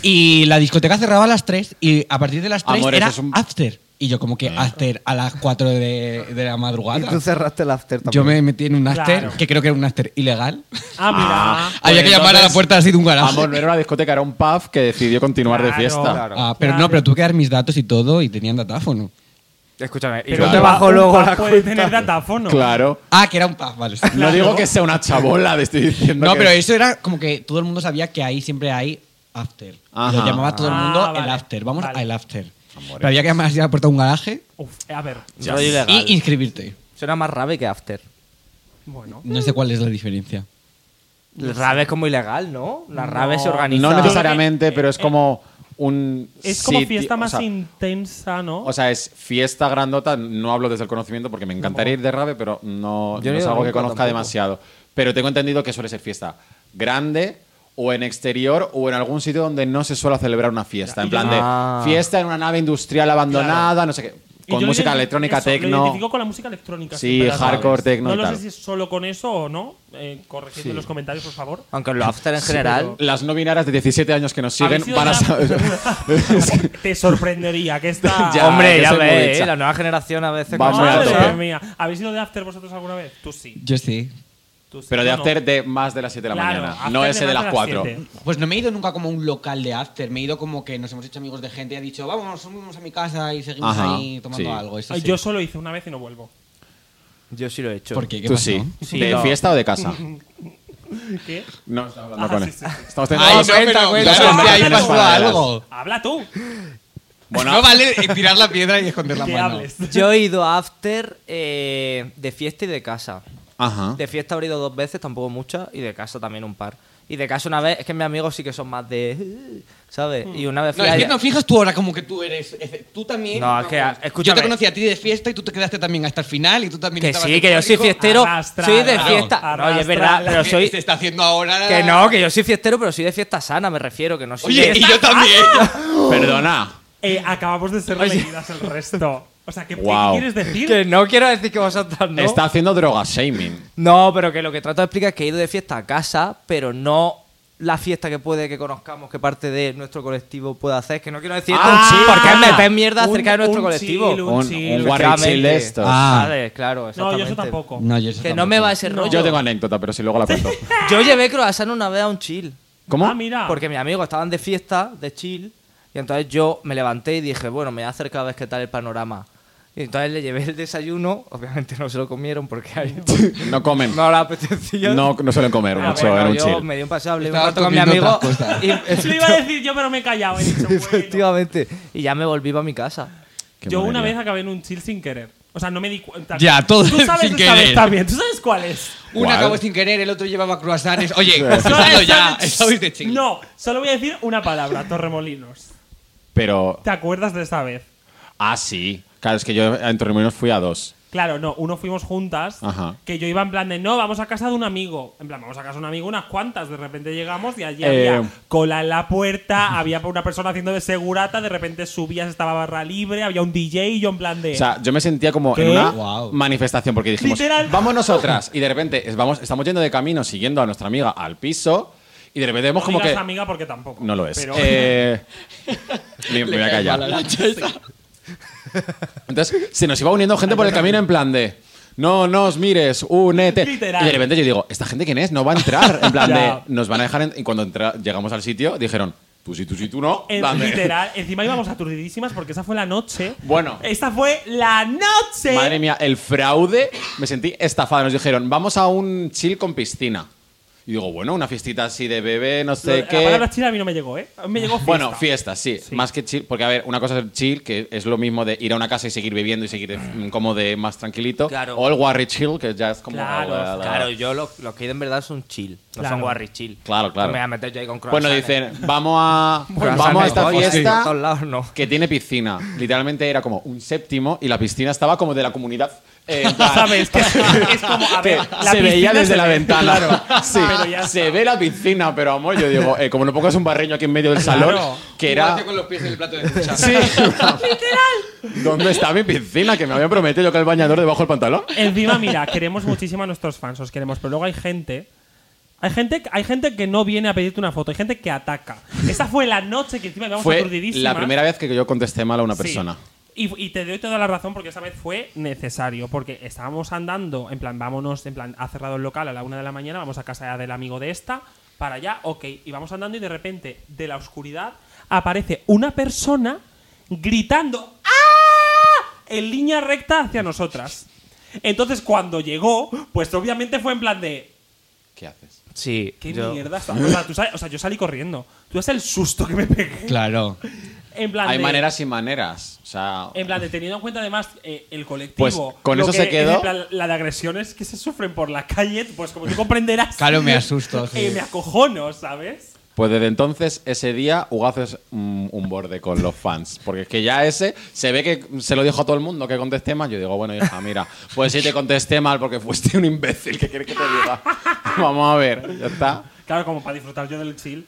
y la discoteca cerraba a las 3 y a partir de las 3 Amor, era eso es un- after. Y yo como que after a las 4 de, de la Y tú madrugada. cerraste el after también. Yo me metí en un after, Claro. que creo que era un after ilegal. Ah, mira. Ah, Había que Pues llamar a la entonces, puerta así de un garaje. Amor, no era una discoteca, era un pub que decidió continuar de Claro, fiesta. claro. Ah, pero no, Claro. pero tuve que dar mis datos y todo y tenían datáfono. Escúchame. Y Pero no Claro. te un bajo pub luego la puede cuenta. tener datáfono. Claro. Ah, que era un pub, vale. sí. No digo que sea una chabola, te estoy diciendo. No, que- pero eso era como que todo el mundo sabía que ahí siempre hay after. Ajá. Lo llamaba todo el Ah, mundo el vale. after. Vamos Vale. al after. Pero había que llamar así a la puerta de un garaje Uf, a ver. Rollo ilegal. y inscribirte. Suena más rave que after. Bueno. No sé cuál es la diferencia. El rave es como ilegal, ¿no? La rave se No, organiza. No necesariamente. necesariamente, pero es como un. Eh, Es como sitio- fiesta o más sea, intensa, ¿no? O sea, es fiesta grandota, no hablo desde el conocimiento porque me encantaría ir de rave, pero no, Yo no he no es ido algo que nunca conozca tampoco. demasiado. Pero tengo entendido que suele ser fiesta grande o en exterior o en algún sitio donde no se suele celebrar una fiesta. En yo- plan Ah. de fiesta en una nave industrial abandonada, no sé Y qué. Con yo lo música identi- electrónica, eso, Lo tecno. identifico con la música electrónica. Sí, siempre, ¿sabes? hardcore, tecno No y lo tal. sé si es solo con eso o no. Eh, corregidme en los comentarios, por favor. Aunque en los after en general. Las no binarias de 17 años que nos siguen ¿Habéis ido van a ya? saber. [LAUGHS] [LAUGHS] Te sorprendería que está. Ya, Hombre, que ya soy muy ves, hecha. eh, la nueva generación a veces. Va como muy a cosa. Madre tope. mía. ¿Habéis ido de after vosotros alguna vez? Tú sí. Yo sí. Tú sí, [LAUGHS] Pero de yo no. hacer de más de las 7 de la Claro, mañana, after no ese de más las 4. siete. Pues no me he ido nunca como a un local de after, me he ido como que nos hemos hecho amigos de gente y ha dicho, vamos, subimos a mi casa y seguimos Ajá, ahí tomando sí. algo. Eso Ay, sí. Yo solo hice una vez y no vuelvo. Yo sí lo he hecho. ¿Por qué? ¿Qué Tú pasó? sí. Sí, ¿De no. fiesta o de casa? ¿Qué? No, estamos hablando con Ah, sí, él. sí, sí. Estamos teniendo Ay, unas no, pero cuenta, claro, cuenta. que ahí Unas pasó paralelas. algo. Habla tú, Bueno, No vale tirar la piedra y esconder la que mano. hables. Yo he ido a after eh, de fiesta y de casa. ajá. De fiesta habré ido dos veces, tampoco muchas, y de casa también un par. Y de casa una vez, es que mis amigos sí que son más de... ¿Sabes? Y una vez... No, fui es a- que no fijas tú ahora como que tú eres. es- Tú también. No, es que, vamos, Yo escúchame. te conocí a ti de fiesta y tú te quedaste también hasta el final y tú también. Que estabas sí, de que yo soy público. fiestero. Arrastra, soy de claro, fiesta. No, y es arrastra verdad, la pero Que soy. Se está haciendo ahora. Que no, que yo soy fiestero, pero soy de fiesta sana, me refiero, que no soy. Oye, de- y yo también. Perdona. Eh, acabamos de ser leídas el resto. O sea, ¿qué, qué Guau. quieres decir? [LAUGHS] Que no quiero decir que vosotros no. Está haciendo droga shaming. No, pero que lo que trato de explicar es que he ido de fiesta a casa, pero no la fiesta que puede que conozcamos que parte de nuestro colectivo pueda hacer. Que no quiero decir Ah, un chill. porque es meter mierda Un- acerca de nuestro un colectivo. chill, Un, chill, un un one night chill de Efectivamente. estos. Ah. Vale, claro, no, yo exactamente. eso tampoco. No, yo eso Que no tampoco. me va ese rollo. Yo tengo anécdota, pero si luego la cuento. Yo llevé croissant una vez a un chill. ¿Cómo? Ah, mira. Porque mis amigos estaban de fiesta, de chill, y entonces yo me levanté y dije, bueno, me voy a acercar a ver qué tal el panorama. Y entonces le llevé el desayuno, obviamente no se lo comieron porque a ellos [LAUGHS] No comen. no le apetecía. No, no suelen comer Ah, mucho bueno, en un yo chill. me dio un paseo, hablé un Estabas rato con mi comiendo amigo. otras cosas. [LAUGHS] Y, Lo iba a decir yo, pero me he callado. He dicho, bueno. [LAUGHS] efectivamente. Y ya me volví para mi casa. Qué Yo una maravilla. vez acabé en un chill sin querer. O sea, no me di cuenta. Ya, todo Tú sabes sin esta querer. vez también. ¿Tú sabes cuál es? Uno ¿Cuál? acabó sin querer, el otro llevaba croissants. Oye, Solo- cruzando ya. solo- Estabais de chill. No, solo voy a decir una palabra, Torremolinos. Pero. ¿Te acuerdas de esa vez? Ah, sí. Claro, es que yo en Torremolinos fui a dos. Claro, no, uno fuimos juntas, Ajá. que yo iba en plan de, no, vamos a casa de un amigo. En plan, vamos a casa de un amigo unas cuantas, de repente llegamos y allí Eh. había cola en la puerta, [LAUGHS] había una persona haciendo de segurata, de repente subías, estaba barra libre, había un DJ y yo en plan de... O sea, yo me sentía como en ¿Qué? una Wow. manifestación porque dijimos, Literal. vamos nosotras. Y de repente es- vamos, estamos yendo de camino siguiendo a nuestra amiga al piso y de repente vemos no como digas que... amiga porque tampoco. No lo es. Pero, [LAUGHS] Eh, me, me voy a callar. [LAUGHS] Entonces se nos iba uniendo gente por el camino en plan de. No nos mires, únete. Literal. Y de repente yo digo, ¿esta gente quién es? No va a entrar. En plan de, [LAUGHS] Ya. nos van a dejar. en- y cuando entra- llegamos al sitio, dijeron, tú sí, tú sí, tú no. En en- plan de- literal, Eh, encima íbamos aturdidísimas porque esa fue la noche. [LAUGHS] Bueno. Esta fue la noche. Madre mía, el fraude. Me sentí estafado. Nos dijeron, vamos a un chill con piscina. Y digo, bueno, una fiestita así de bebé, no Lo- sé la qué. palabra china a mí no me llegó, ¿eh? A mí Me llegó fiesta. Bueno, fiesta, sí. Más que chill. Porque, a ver, una cosa es el chill, que es lo mismo de ir a una casa y seguir bebiendo y seguir mm, como de más tranquilito. Claro. O el warri chill, que ya es como. Claro, la- la- Claro, yo los lo que he ido en verdad son chill, no Claro. son warri chill. Claro, claro. No me voy a meter yo ahí con Bueno, croissants. dicen, vamos a, Croissants vamos a de esta pollo, sí, por fiesta todos lados, no. que tiene piscina. Literalmente era como un séptimo y la piscina estaba como de la comunidad. eh, [LAUGHS] en plan, [LAUGHS] ¿Sabes? Que es como, a ver, que la se veía piscina desde se la ve, ventana. claro. [LAUGHS] Sí, Pero ya se ve la piscina, pero amor, yo digo, eh, como no pongas un barreño aquí en medio del salón, Claro. que era. Con los pies en el plato de [LAUGHS] ducha. Sí. ¿Dónde está mi piscina? Que me habían prometido yo que el bañador debajo del pantalón. Encima, mira, queremos muchísimo a nuestros fans, os queremos, pero luego hay gente. Hay gente, hay gente que no viene a pedirte una foto, hay gente que ataca. Esa fue la noche que encima íbamos Fue aturdidísimas. la primera vez que yo contesté mal a una Sí. persona. Y, y te doy toda la razón porque esa vez fue necesario. Porque estábamos andando, en plan, vámonos, en plan, ha cerrado el local a la una de la mañana, vamos a casa del amigo de esta, para allá, ok. Y vamos andando y de repente, de la oscuridad, aparece una persona gritando ¡Ah! en línea recta hacia nosotras. Entonces, cuando llegó, pues obviamente fue en plan de. ¿Qué haces? Sí, ¿Qué yo- mierda? está-?" O sea, tú sabes- o sea, yo salí corriendo. Tú sabes el susto que me pegué. Claro. En plan Hay de- Em- maneras y maneras. O sea, En plan, de teniendo en cuenta además eh, el colectivo. Pues, con lo eso que se es, quedó. en plan, la de agresiones que se sufren por la calle, pues como tú comprenderás. Claro, [LAUGHS] me asusto, sí. eh, me acojono, ¿sabes? Pues desde entonces, ese día, Ugazo es un, un borde con los fans. Porque es que ya ese se ve que se lo dijo a todo el mundo que contesté mal. Yo digo, bueno, hija, mira, pues si te contesté mal porque fuiste un imbécil, ¿qué quieres que te diga? [LAUGHS] Vamos a ver, ya está. Claro, como para disfrutar yo del chill.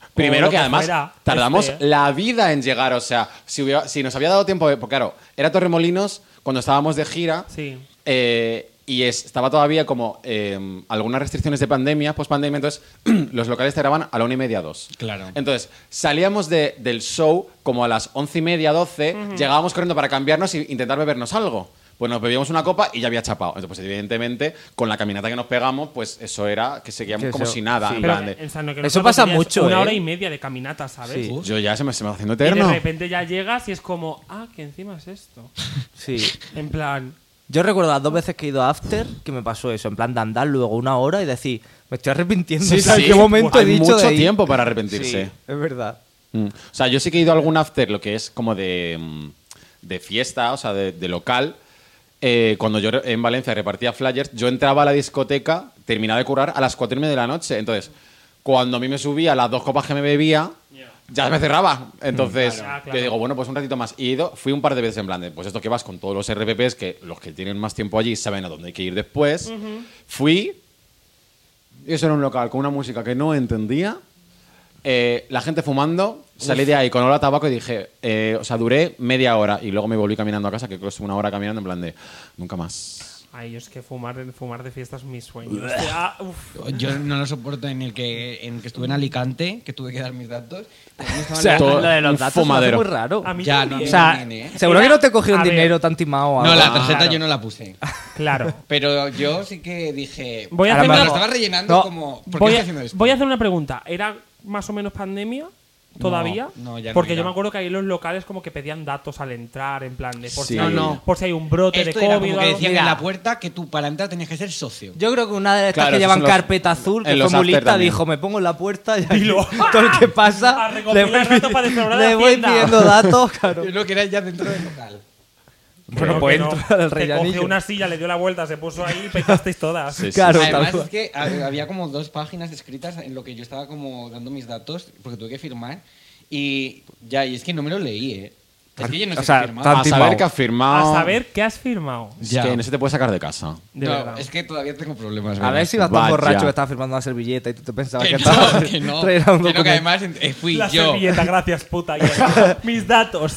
O Primero lo que además fuera, tardamos este, la vida en llegar. O sea, si, hubiera- si nos había dado tiempo, de- porque claro, era Torremolinos cuando estábamos de gira. Sí. eh, y es- estaba todavía como eh, algunas restricciones de pandemia, post pandemia, entonces [CLEARS THROAT] los locales te graban a la una y media, dos. Claro. Entonces salíamos de- del show como a las once y media, doce, llegábamos corriendo para cambiarnos e intentar bebernos algo. pues nos bebíamos una copa y ya había chapado. Entonces, pues evidentemente, con la caminata que nos pegamos, pues eso era que seguíamos Sí, como eso- si nada. sí. en Pero, plan de- en San Roque Eso nosotros pasa tenías mucho, Una ¿eh? hora y media de caminata, ¿sabes? Sí. yo ya se me, se me va haciendo Y de eterno. repente ya llegas y es como, ah, que encima es esto. Sí. En plan, Yo recuerdo las dos veces que he ido a After que me pasó eso, en plan de andar luego una hora y decir, me estoy arrepintiendo. Sí, o sea, sí. ¿En qué momento Hay he dicho mucho de ir? tiempo para Sí, arrepentirse. es verdad. Mm. O sea, yo sí que he ido a algún after, lo que es como de, mm, de fiesta, o sea, de, de local. Eh, cuando yo re- en Valencia repartía flyers, yo entraba a la discoteca, terminaba de curar a las 4 y media de la noche. Entonces, cuando a mí me subía las dos copas que me bebía, ya me cerraba. Entonces, Claro. Ah, claro. yo digo, bueno, pues un ratito más. Y he ido, fui un par de veces en plan de, pues esto que vas con todos los RPPs, que los que tienen más tiempo allí saben a dónde hay que ir después. Fui, y eso era un local con una música que no entendía. Eh, la gente fumando, salí de ahí con olor a tabaco y dije, eh, o sea, duré media hora y luego me volví caminando a casa, que creo que es una hora caminando en plan de, nunca más. ay, es que fumar, fumar de fiesta es mi sueño. Es que, ah, uf. Yo no lo soporto en el que, en que estuve en Alicante, que tuve que dar mis datos. O sea, Lo todo de los un datos fumadero. es muy raro. A mí Ya, también. no, O sea, Bien, ¿eh? seguro Era- que no te cogieron a ver. dinero tan timado. o No, algo. [LAUGHS] la tarjeta claro. yo no la puse. Claro. Pero yo sí que dije. Voy a Ahora hacer me Pero una- lo estaba rellenando No, como. ¿Por qué voy, estoy a, haciendo esto? voy a hacer una pregunta. ¿Era más o menos pandemia? ¿Todavía? no, ya no Porque era. yo me acuerdo que ahí los locales como que pedían datos al entrar, en plan de por, Sí. si, No, hay, no. por si hay un brote Esto de era COVID. como o que algo. decían en Mira. la puerta que tú para entrar tenías que ser socio. Yo creo que una de estas Claro, que esos llevan son los- carpeta azul, en que los fue muy after lista, también. dijo, me pongo en la [LAUGHS] puerta y aquí Dilo. [LAUGHS] todo el que pasa A recopilar datos para descobrar le la voy Hacienda. pidiendo datos, [LAUGHS] claro. Yo lo que era ya dentro del local. Bueno, Creo pues que no. entra al Que rellanillo. cogió una silla, le dio la vuelta, se puso ahí y petasteis todas. Sí, sí. Claro, tal Además cual. es que ha- había como dos páginas escritas en lo que yo estaba como dando mis datos, porque tuve que firmar. Y ya, y es que no me lo leí, ¿eh? Es que yo no sé O sea, qué firmaba. tan A saber timao. que ha firmado. A saber qué has firmado. Es Ya. que no se te puede sacar de casa. De No, verdad. es que todavía tengo problemas. A ¿verdad? ver si ibas tan Vaya. borracho que estaba firmando una servilleta y tú te pensabas que, [LAUGHS] Que estaba no, que no. trayendo un Que no, que documento. además eh, fui la yo. servilleta, gracias, puta. ya. Mis datos.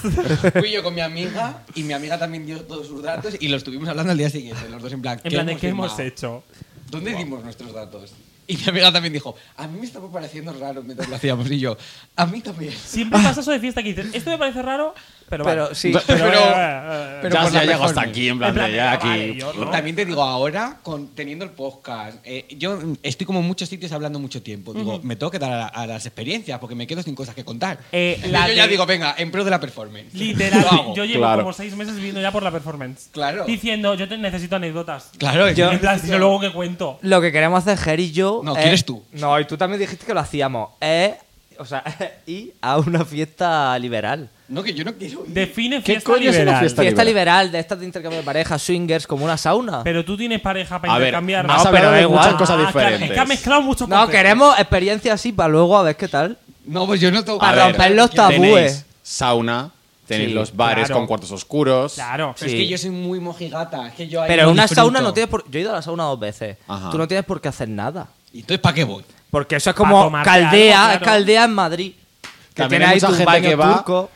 Fui yo con mi amiga y mi amiga también dio todos sus datos y lo estuvimos hablando al día siguiente, los dos en plan. En plan, ¿de qué hemos firmado? hecho? ¿Dónde dimos nuestros datos? Y mi amiga también dijo, a mí me estaba pareciendo raro mientras lo hacíamos y yo, a mí también. Siempre pasa eso de fiesta que dices, esto me parece raro, pero, Pero vale. [LAUGHS] sí, Pero- eh, eh, eh, pero ya por se la ha llegado mejor, hasta ¿no? aquí, en plan, En plan de de, ya vale, aquí. yo no. También te digo, ahora, con, teniendo el podcast, eh, yo mm, estoy como en muchos sitios hablando mucho tiempo. Digo, me tengo que dar a, a las experiencias porque me quedo sin cosas que contar. Eh, Y la [LAUGHS] yo ya de- digo, venga, en pro de la performance. Literal, Lo hago. yo llevo Claro. como seis meses viviendo ya por la performance. Claro. Diciendo, yo te necesito anécdotas. Claro, Yo- En plan, si no, luego que cuento. Lo que queremos hacer Ger y yo. No, es- quieres tú. No, y tú también dijiste que lo hacíamos. Es. o sea, [LAUGHS] ir a una fiesta liberal. No, que yo no quiero ir. Define ¿Qué fiesta coño es una liberal. fiesta? Fiesta liberal. liberal, de estas de intercambio de parejas, swingers, como una sauna. Pero tú tienes pareja para A ver, intercambiar. has No, hablado pero de da muchas igual. cosas Ah, claro, es que ha diferentes. mezclado mucho no, queremos experiencias así para luego a ver qué tal. No, pues yo no tengo... A Para romper los tabúes. Tenéis sauna, tenéis Sí, los bares claro. con cuartos oscuros. Claro. Pero Sí. Es que yo soy muy mojigata. Es que yo ahí Pero no en una disfruto. sauna no tienes por. Yo he ido a la sauna dos veces. Ajá. Tú no tienes por qué hacer nada. ¿Y entonces para qué voy? Porque eso es Pa' como tomarte caldea, algo, es claro. caldea en Madrid. Que También tiene hay ahí mucha tu gente baño que va- turco.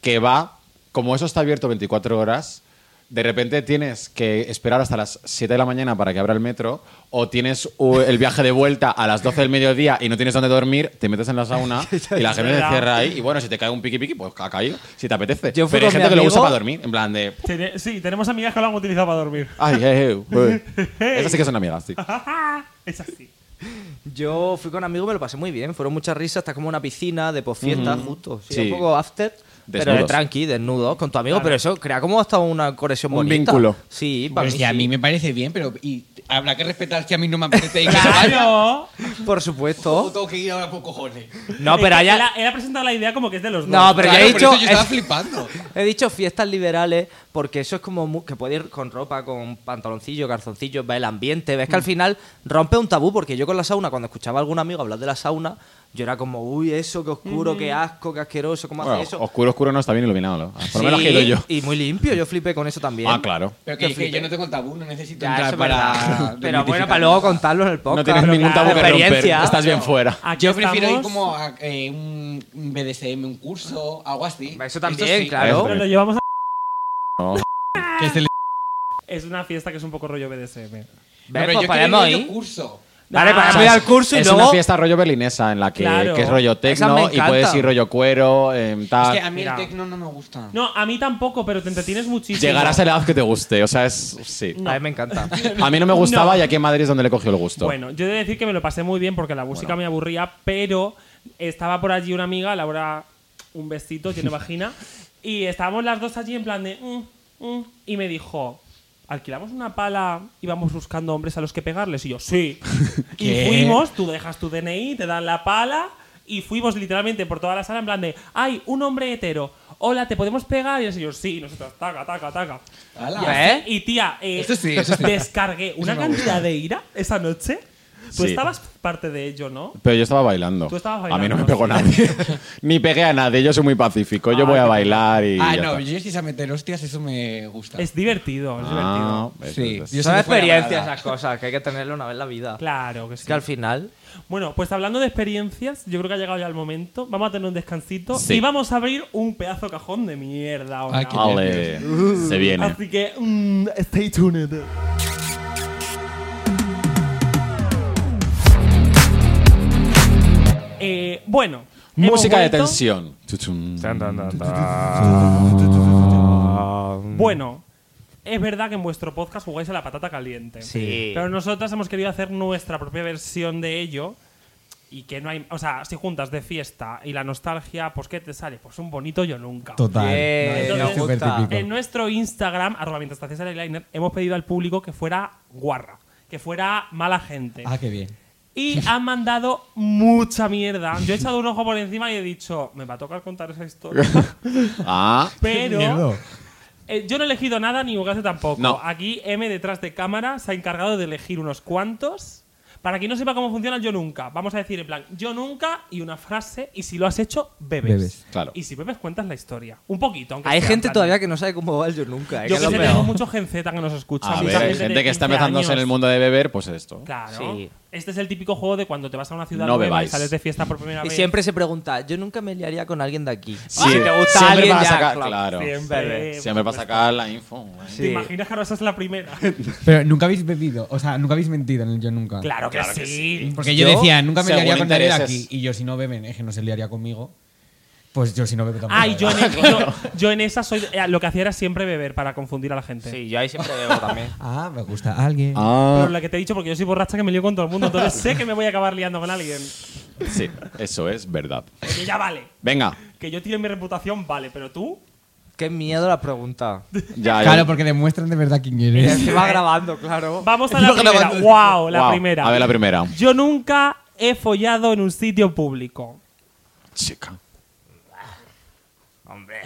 que va, como eso está abierto 24 horas, de repente tienes que esperar hasta las 7 de la mañana para que abra el metro, o tienes uh, el viaje de vuelta a las 12 del mediodía y no tienes dónde dormir, te metes en la sauna y la gente te verdad. cierra ahí. Y bueno, si te cae un piqui piqui, pues ha caído, si te apetece. Yo fui Pero hay con mi gente que lo usa amigo- para dormir, en plan de. Tene- Sí, tenemos amigas que lo han utilizado para dormir. [LAUGHS] Ay, hey, hey, uy". Esas sí que son amigas, sí. es así. Yo fui con amigos, me lo pasé muy bien. Fueron muchas risas. Está como una piscina de posfiesta, justo. Sí, Sí. Un poco after. Pero de Desnudos. tranqui, desnudo, con tu amigo. Pero eso crea como hasta una conexión Un bonita. vínculo. Sí, para Pues mí que a sí. mí me parece bien, pero y habrá que respetar si a mí no me apetece ir. Claro. Por Yo supuesto. [LAUGHS] tengo que ir ahora por cojones. No, Es pero que allá... Él ha, él ha presentado la idea como que es de los No, dos. pero Claro, ya he por dicho... eso yo estaba es- flipando. He dicho fiestas liberales porque eso es como mu- que puedes ir con ropa, con pantaloncillo, calzoncillo, ves el ambiente, Mm. ves que al final rompe un tabú porque yo con la sauna, cuando escuchaba a algún amigo hablar de la sauna, yo era como, uy, eso, qué oscuro, qué asco, qué asqueroso, cómo Bueno, hace eso. oscuro, oscuro no está bien iluminado. ¿no? Por lo menos Sí, que he ido yo. Y muy limpio, yo flipé con eso también. Ah, claro. Pero Qué que, que flipe. yo no tengo el tabú, no necesito Ya, eso entrar es [LAUGHS] verdad. para. Pero bueno, desmitificar para luego nada. contarlo en el podcast. No tienes ningún claro, tabú que romper. experiencia. Estás bien fuera. Aquí Yo prefiero ir estamos, como a eh, un un BDSM, un curso, algo así. Eso también, sí. claro. pero lo llevamos a- No. Que se le- Es una fiesta que es un poco rollo BDSM. Ves, No, pero pues yo quería podemos ir a ir. un curso. Vale, para sea, voy es- al curso y es luego. una fiesta rollo berlinesa en la que, Claro. que es rollo Esa me tecno y encanta. puedes ir rollo cuero, em, Ah, Es tal. que a mí Mira. el tecno no me gusta. No, a mí tampoco, pero te entretienes muchísimo. Llegarás a la edad que te guste, o sea, es. Sí. A mí me encanta. A mí no me gustaba [LAUGHS] No. y aquí en Madrid es donde le cogió el gusto. Bueno, yo he de decir que me lo pasé muy bien porque la música me aburría, pero estaba por allí una amiga, Laura, un besito, tiene vagina, y estábamos las dos allí en plan de... "Mm, mm", y me dijo, alquilamos una pala y vamos buscando hombres a los que pegarles. Y yo, sí. y fuimos, tú dejas tu DNI, te dan la pala. Y fuimos literalmente por toda la sala en plan de, ay, un hombre hetero, hola, ¿te podemos pegar? Y el señor, sí, y nosotros, taca, taca, taca. Ala. Y así, ¿Eh? Y tía, eh, Eso sí, eso sí. descargué una cantidad de ira esa noche. Tú Sí. estabas parte de ello, ¿no? Pero yo estaba bailando. Tú estabas A mí no bailando, me pegó sí. nadie. [LAUGHS] Ni pegué a nadie, yo soy muy pacífico. Ah, Yo voy a qué bailar y. Ah, ya no, está. yo si a meter hostias, eso me gusta. Es divertido, es Ah, divertido. ves, Sí, ves, [LAUGHS] yo ves. Son si fuera experiencias nada. esas cosas, que hay que tenerlo una vez en la vida. Claro que Es sí. que al final. Bueno, pues hablando de experiencias, yo creo que ha llegado ya el momento. Vamos a tener un descansito Sí. Ah, y vamos a abrir un pedazo cajón de mierda. ahora. Ay, qué bien. Vale, se viene. Así que, mm, stay tuned. Eh, bueno. hemos Música de vuelto. tensión. Chuchum. Mm. Bueno, es verdad que en vuestro podcast jugáis a la patata caliente. Sí. Pero nosotras hemos querido hacer nuestra propia versión de ello. Y que no hay. O sea, si juntas de fiesta y la nostalgia, pues ¿qué te sale? Pues un bonito yo nunca. Total. Bien, Entonces, me gusta. supertípico. En nuestro Instagram, arroba mientras te haces el eyeliner, hemos pedido al público que fuera guarra, que fuera mala gente. Ah, qué bien. Y han mandado mucha mierda. Yo he echado un ojo por encima y he dicho, me va a tocar contar esa [LAUGHS] historia. Ah, Pero. Mierdo. Eh, yo no he elegido nada, ni Ugase tampoco. No. Aquí M detrás de cámara se ha encargado de elegir unos cuantos. Para quien no sepa cómo funciona el yo nunca, vamos a decir en plan yo nunca y una frase y si lo has hecho, bebes. Bebes. Claro. Y si bebes cuentas la historia. Un poquito, aunque Hay sea, gente en plan- todavía que no sabe cómo va el yo nunca. ¿eh? Yo que que es sé, lo tengo peor. mucho genzeta que nos escucha. a mucha ver, hay gente de que está 15 empezándose en años. el mundo de beber, pues esto. Claro. Sí. Este es el típico juego de cuando te vas a una ciudad No nueva y bebáis. sales de fiesta por primera Y vez. siempre se pregunta, yo nunca me liaría con alguien de aquí. Ah, Sí, Si te gusta siempre alguien, vas a ya, sacar, claro. claro. Siempre, Bebe. Siempre por para supuesto. sacar la info. güey. Sí. ¿Te imaginas que ahora esa es [LAUGHS] la primera? Pero nunca habéis bebido, o sea, nunca habéis mentido en el yo nunca. claro que, sí. Porque yo, Yo, decía, nunca me según liaría con nadie de intereses. aquí. Y yo, si no beben, es que no se liaría conmigo. Pues yo, si no bebo tampoco. Ay, yo en, Ah, bebo. yo- yo en esa soy. eh, Lo que hacía era siempre beber para confundir a la gente. Sí, yo ahí siempre bebo también. Ah, me gusta alguien. Pero Ah, la que te he dicho, porque yo soy borracha que me lío con todo el mundo, [LAUGHS] entonces sé que me voy a acabar liando con alguien. sí, eso es verdad. Que ya vale. Venga, Que yo tire mi reputación, vale, pero tú. Qué miedo la [LAUGHS] pregunta. ya. Claro, ya. porque demuestran de verdad quién Y eres. encima grabando, claro. Vamos [LAUGHS] a la primera. ¡Wow! La Guau, primera. A ver, la primera. Yo nunca he follado en un sitio público. Chica. Hombre.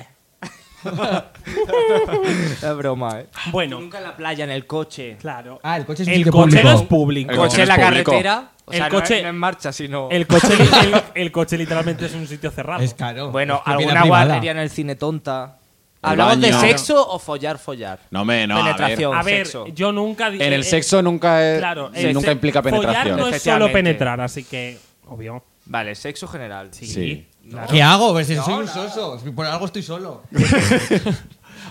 es broma, ¿eh? Bueno, Nunca en la playa, en el coche. claro. Ah, el coche es un El sitio coche no es público. público. El El coche no coche en la es público. carretera. O sea, El no es- coche- no en marcha, sino. El coche, el, el coche literalmente es un sitio cerrado. Es caro. Ah, pues, Bueno, es propiedad alguna privada. guardería en el cine tonta. El ¿Hablamos de baño. sexo o follar, follar? No me, no. a ver. Penetración. A ver, sexo. yo nunca. di- En el eh, sexo nunca es- Claro, sí, el nunca se- implica penetración. Follar no es solo Efectivamente. penetrar, así que. Obvio. Vale, sexo general. Sí. Sí. ¿Qué hago? Pues si soy un soso. si Por algo estoy solo.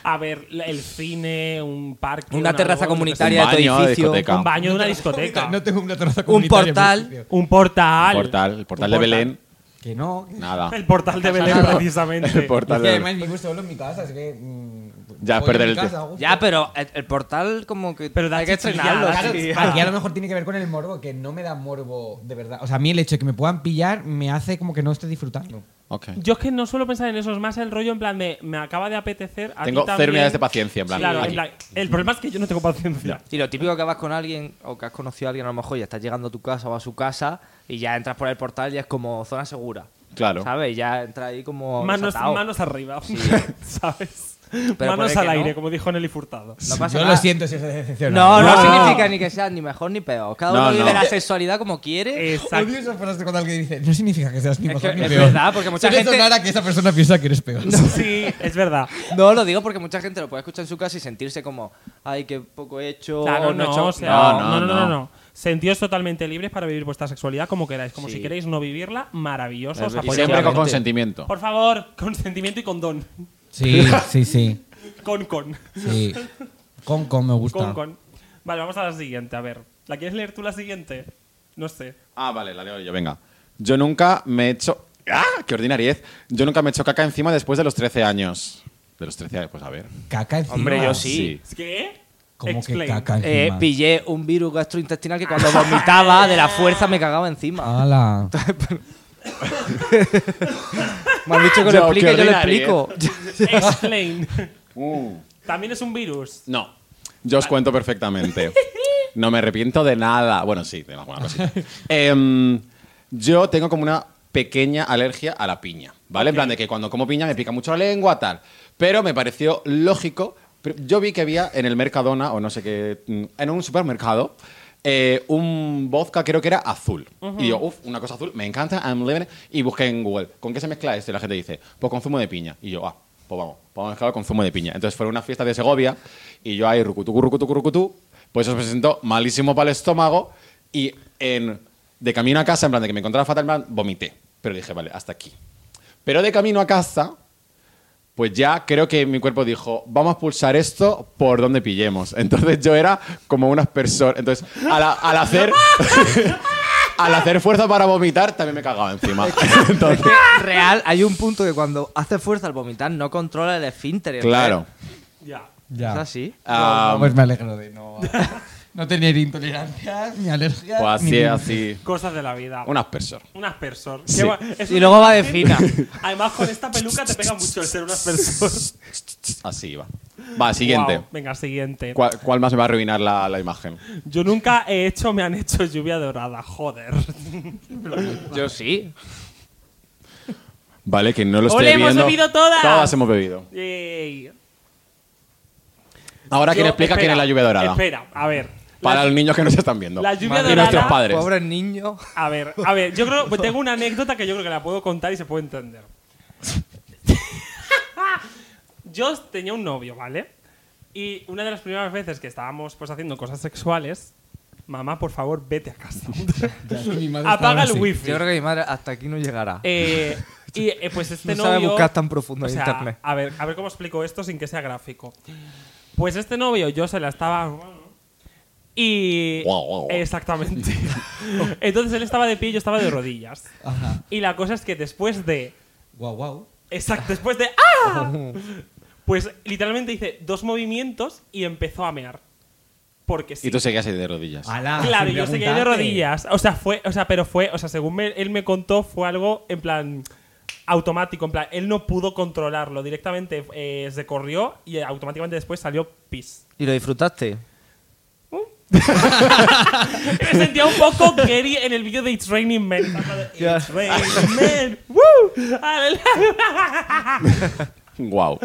A ver, la- el cine, un parque. Una terraza algo, comunitaria Un de tu baño, edificio. discoteca. Un baño de una discoteca. [LAUGHS] No tengo una terraza Un comunitaria en mi portal. sitio. Un portal. Portal, el portal de Un portal. Belén, Que no. que- [LAUGHS] nada. El portal de Belén, precisamente. [LAUGHS] El portal Es que de además Belén. vivo solo en mi casa, así que. mm, Ya, voy a perder mi el casa, tiempo. a gusto. Ya, pero el, el portal como que Pero da hay que chichilla, estrenarlo. da sí. chichilla. Aquí a lo mejor tiene que ver con el morbo, que no me da morbo de verdad. O sea, a mí el hecho de que me puedan pillar me hace como que no esté disfrutando. Ok. Yo es que no suelo pensar en eso, es más el rollo en plan de me acaba de apetecer. A ti Tengo también. cero unidades de paciencia, en plan. Claro, en aquí. plan, el problema es que yo no tengo paciencia. Sí, lo típico que vas con alguien o que has conocido a alguien a lo mejor y estás llegando a tu casa o a su casa y ya entras por el portal y es como zona segura. Claro. ¿Sabes? Ya entra ahí como Manos, desatado. manos arriba, [LAUGHS] ¿sabes? Pero manos puede al que no. aire, como dijo Nelly Furtado. No pasa Yo nada. lo siento si os he No, decepcionado. [LAUGHS] no, No, no. significa ni que sea ni mejor ni peor. Cada No, uno vive no. la sexualidad como quiere. Exacto. Odio esa frase cuando alguien dice, no significa que seas ni Es mejor que ni es peor. verdad, porque mucha Suele gente- sonar a que esa persona piensa que eres peor. Sí, es verdad. No, lo digo porque mucha gente lo puede escuchar en su casa y sentirse como, ay, qué poco he hecho. Claro, o no, he hecho- o sea, No, no, no, no, no, no, no. Sentíos totalmente libres para vivir vuestra sexualidad como queráis. Como Sí. si queréis no vivirla, maravilloso. os Y Y apoyamos. siempre con Efectivamente. consentimiento. Por favor, consentimiento y condón. Sí, sí, sí. [LAUGHS] Con, con. [LAUGHS] sí. Con con me gusta. Con, con. Vale, vamos a la siguiente, a ver. ¿La quieres leer tú la siguiente? No sé. Ah, vale, la leo yo, venga. Yo nunca me he hecho. ¡Ah! ¡Qué ordinariez! Yo nunca me he hecho caca encima después de los 13 años. De los 13 años, pues a ver. Caca encima. Hombre, yo sí. ¿Qué? Como que ¿eh? Explain. caca [LAUGHS] Eh, encima. pillé un virus gastrointestinal que cuando vomitaba de la fuerza me cagaba encima. Ala. Me han dicho Yo, que lo explique, qué yo lo ordinario, explico. ¿eh? Explain. Uh. También es un virus. No, yo os cuento perfectamente. No me arrepiento de nada. Bueno, sí, de alguna cosita. Em, yo tengo como una pequeña alergia a la piña, ¿vale? En plan de que cuando como piña me pica mucho la lengua, tal. Pero me pareció lógico. Pr- Yo vi que había en el Mercadona, o no sé qué, mm, en un supermercado, eh, un vodka creo que era azul. Y yo, uff, una cosa azul, me encanta, I'm living it. Y busqué en Google, ¿con qué se mezcla esto? Y la gente dice, pues con zumo de piña. Y yo, ah, pues vamos, vamos a mezclarlo con zumo de piña. Entonces fueron a una fiesta de Segovia y yo ahí rucutucu, rucutucu, rucutú, pues eso se presentó malísimo para el estómago y en, de camino a casa, en plan de que me encontraba fatal, en plan, vomité. Pero dije, vale, hasta aquí. Pero de camino a casa, pues ya creo que mi cuerpo dijo, vamos a pulsar esto por donde pillemos. [LAUGHS] Entonces yo era como unas personas. Entonces, al, al hacer... [LAUGHS] Al hacer fuerza para vomitar, también me cagaba encima. [LAUGHS] Entonces, [LAUGHS] Real, hay un punto que cuando hace fuerza al vomitar no controla el esfínter. ¿eh? claro. Ya. ¿Es Ya. así? Ah, pues me alegro de no, no tener intolerancias, ni alergias. Pues ni así, así. Cosas de la vida. Un aspersor. Un aspersor. Sí. Qué va- es Y un- luego va de fina. Además, con esta peluca te pega mucho el ser un [LAUGHS] aspersor. Así va. Va, siguiente. Guau. Venga, siguiente. ¿Cuál, cuál más me va a arruinar la, la imagen? Yo nunca he hecho, me han hecho lluvia dorada. [LAUGHS] Joder. Yo sí. Vale, que no lo estoy ¡Ole, hemos viendo. bebido todas! Todas hemos bebido. Yay. Ahora, ¿quién Yo- explica quién espera, es la lluvia dorada? Espera, a ver. Para La- los niños que nos están viendo. La lluvia Y nuestros dorada- padres. Pobres niños. A ver, a ver, yo creo, pues [LAUGHS] tengo una anécdota que yo creo que la puedo contar y se puede entender. yo tenía un novio, ¿vale? Y una de las primeras veces que estábamos pues haciendo cosas sexuales, mamá, por favor, vete a casa. Ya, es que mi madre [LAUGHS] estaba Apaga el así. wifi. Yo creo que mi madre hasta aquí no llegará. Eh, [LAUGHS] y eh, pues este No novio. sabe buscar tan profundo en o sea, internet. A ver, a ver cómo explico esto sin que sea gráfico. Pues este novio yo se la estaba. Y. Guau, guau, guau. [LAUGHS] Exactamente. Entonces él estaba de pie y yo estaba de rodillas. Ajá. Y la cosa es que después de. Guau, guau. Exacto, después de. ¡Ah! Pues literalmente hice dos movimientos y empezó a mear. Porque sí. Y tú seguías ahí de rodillas. Ala, Claro, sin yo seguí de preguntarte. rodillas. O sea, fue, o sea, pero fue, o sea, según me- él me contó, fue algo en plan automático, en plan, él no pudo controlarlo, directamente eh, se corrió y eh, automáticamente después salió pis. [LAUGHS] ¿Y lo disfrutaste? Me sentía un poco Gary en el vídeo de It's Raining Men. Ya. It's Raining Men. Woo. [LAUGHS] Guau.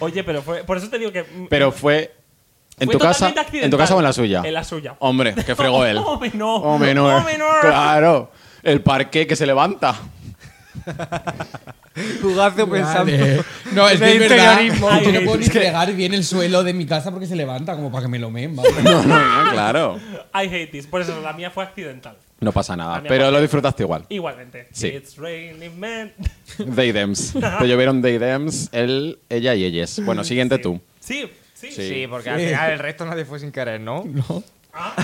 Oye, pero fue, por eso te digo que mm, Pero fue. ¿En fue tu casa? totalmente ¿En tu accidental. casa o en la suya? Oh. En la suya. Oh, Hombre, que [LAUGHS] fregó él. Oh, Hombre, no. Oh, Hombre, no. Hombre, no. Claro. El parque que se [LAUGHS] levanta. [LAUGHS] eh. Jugazo pensando. Vale. No, es De que es verdad. interiorismo. Yo no Ay, puedo ni es que- fregar bien el suelo de mi casa porque se levanta como para que me lo meen. ¿vale? [LAUGHS] No, no, no, claro. I hate this. Por eso la mía fue accidental. No pasa nada. También Pero pasa. lo disfrutaste igual. Igualmente. Sí. It's raining men. [LAUGHS] They dems. Te llovieron they dems, él, ella y ellas. Bueno, siguiente tú. Sí, sí, Sí. Sí, porque al final el resto nadie fue sin querer, ¿no?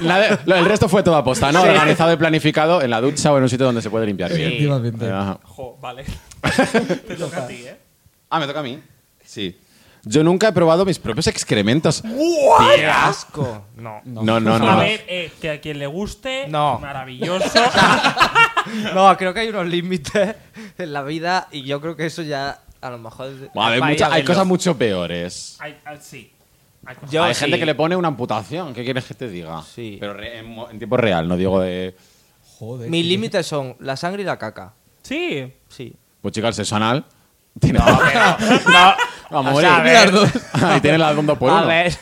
La de- lo- el resto fue todo aposta, ¿no? Organizado y planificado en la ducha o en un sitio donde se puede limpiar bien. Efectivamente. Ajá. Jo, [LAUGHS] vale. Te toca a ti, ¿eh? Ah, me toca a mí. Sí. Yo nunca he probado mis propios excrementos. [LAUGHS] ¡Qué asco! No. No, no, no. A no. ver, eh, que a quien le guste, No. [LAUGHS] maravilloso. No, creo que hay unos límites en la vida y yo creo que eso ya a lo mejor. A ver, va ir mucha- hay verlo. cosas mucho peores. Ay, ay, sí. Ay, pues, Yo hay sí. gente que le pone una amputación. ¿Qué quieres que te diga? Sí. Pero re- en, mo- en tiempo real, no digo de. Joder. Mis límites son la sangre y la caca. Sí. Sí. Pues chica, el sexo anal. Tiene. No, [LAUGHS] no. O sea, a ver. Las dos. [LAUGHS] Ahí tiene las dos por uno. A ver.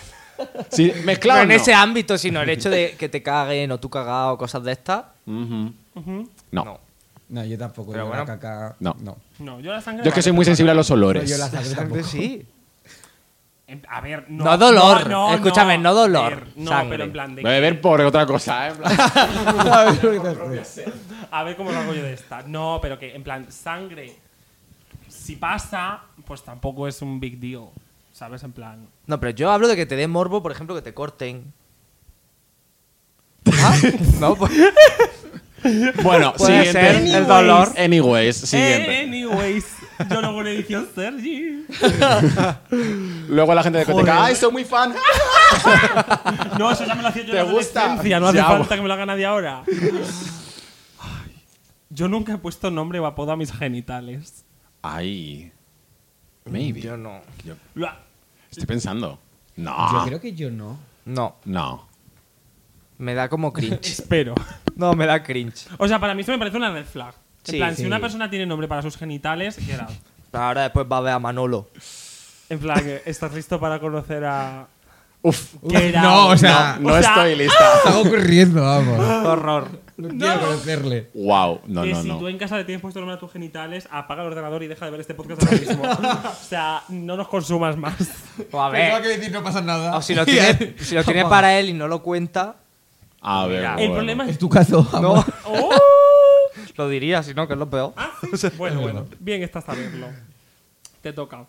Sí, no mezclado. en Pues no. ese ámbito, sino el hecho de que te caguen o tú cagado o cosas de estas. Ujú. No. no. No, yo tampoco. Pero yo bueno. la caca. No. No, yo la sangre. Yo es que soy muy sensible a los olores. yo la Pues La sangre sangre tampoco. sí. En- A ver, no. No dolor. Escúchame, no dolor. A ver, no, Sangre. pero en plan de. Beber por otra cosa, ¿eh? En plan- A ver cómo lo hago yo de esta. No, pero que en plan, sangre. Si pasa, pues tampoco es un big deal. ¿Sabes? En plan. No, pero yo hablo de que te Ah, dé morbo, por ejemplo, que te corten. No, pues. Bueno, Puede siguiente. ser el dolor. Anyways, siguiente. "Eh, Anyways, yo luego le edición Sergi. Luego la gente de Joder. Coteca, ¡ay, soy muy fan! No, eso ya me lo hacía yo ¿Te en la gusta? adolescencia, No hace Ya, falta bueno. que me lo haga nadie ahora. Ay, Yo nunca he puesto nombre o apodo a mis genitales. Ay. Maybe. Yo no. Yo- Lo ha- estoy pensando. Yo No. creo que yo no. No, No. me da como cringe. Espero. No, me da cringe. O sea, para mí eso me parece una red flag. En Sí, plan, si sí. una persona tiene nombre para sus genitales, get out. Ahora después va a ver a Manolo. En plan, eh, ¿estás listo para conocer a...? Uf. Get no, out. o sea, O No sea, estoy lista. Está [LAUGHS] ocurriendo, vamos. Horror. No quiero conocerle. Wow. No, que no, si tú no. en casa le tienes puesto nombre a tus genitales, apaga el ordenador y deja de ver este podcast [LAUGHS] ahora mismo. o sea, no nos consumas más. O Pues a Pensaba ver. que decir no pasa nada. Eh. O si lo [LAUGHS] tiene, si lo tiene para él y no lo cuenta, A ver. El Ah, bueno. [LAUGHS] problema es... Es tu caso. no. amor. ¡Oh! [LAUGHS] Lo diría, si no, que es lo peor. Ah, sí. Bueno, bueno. Bien está saberlo. Te toca.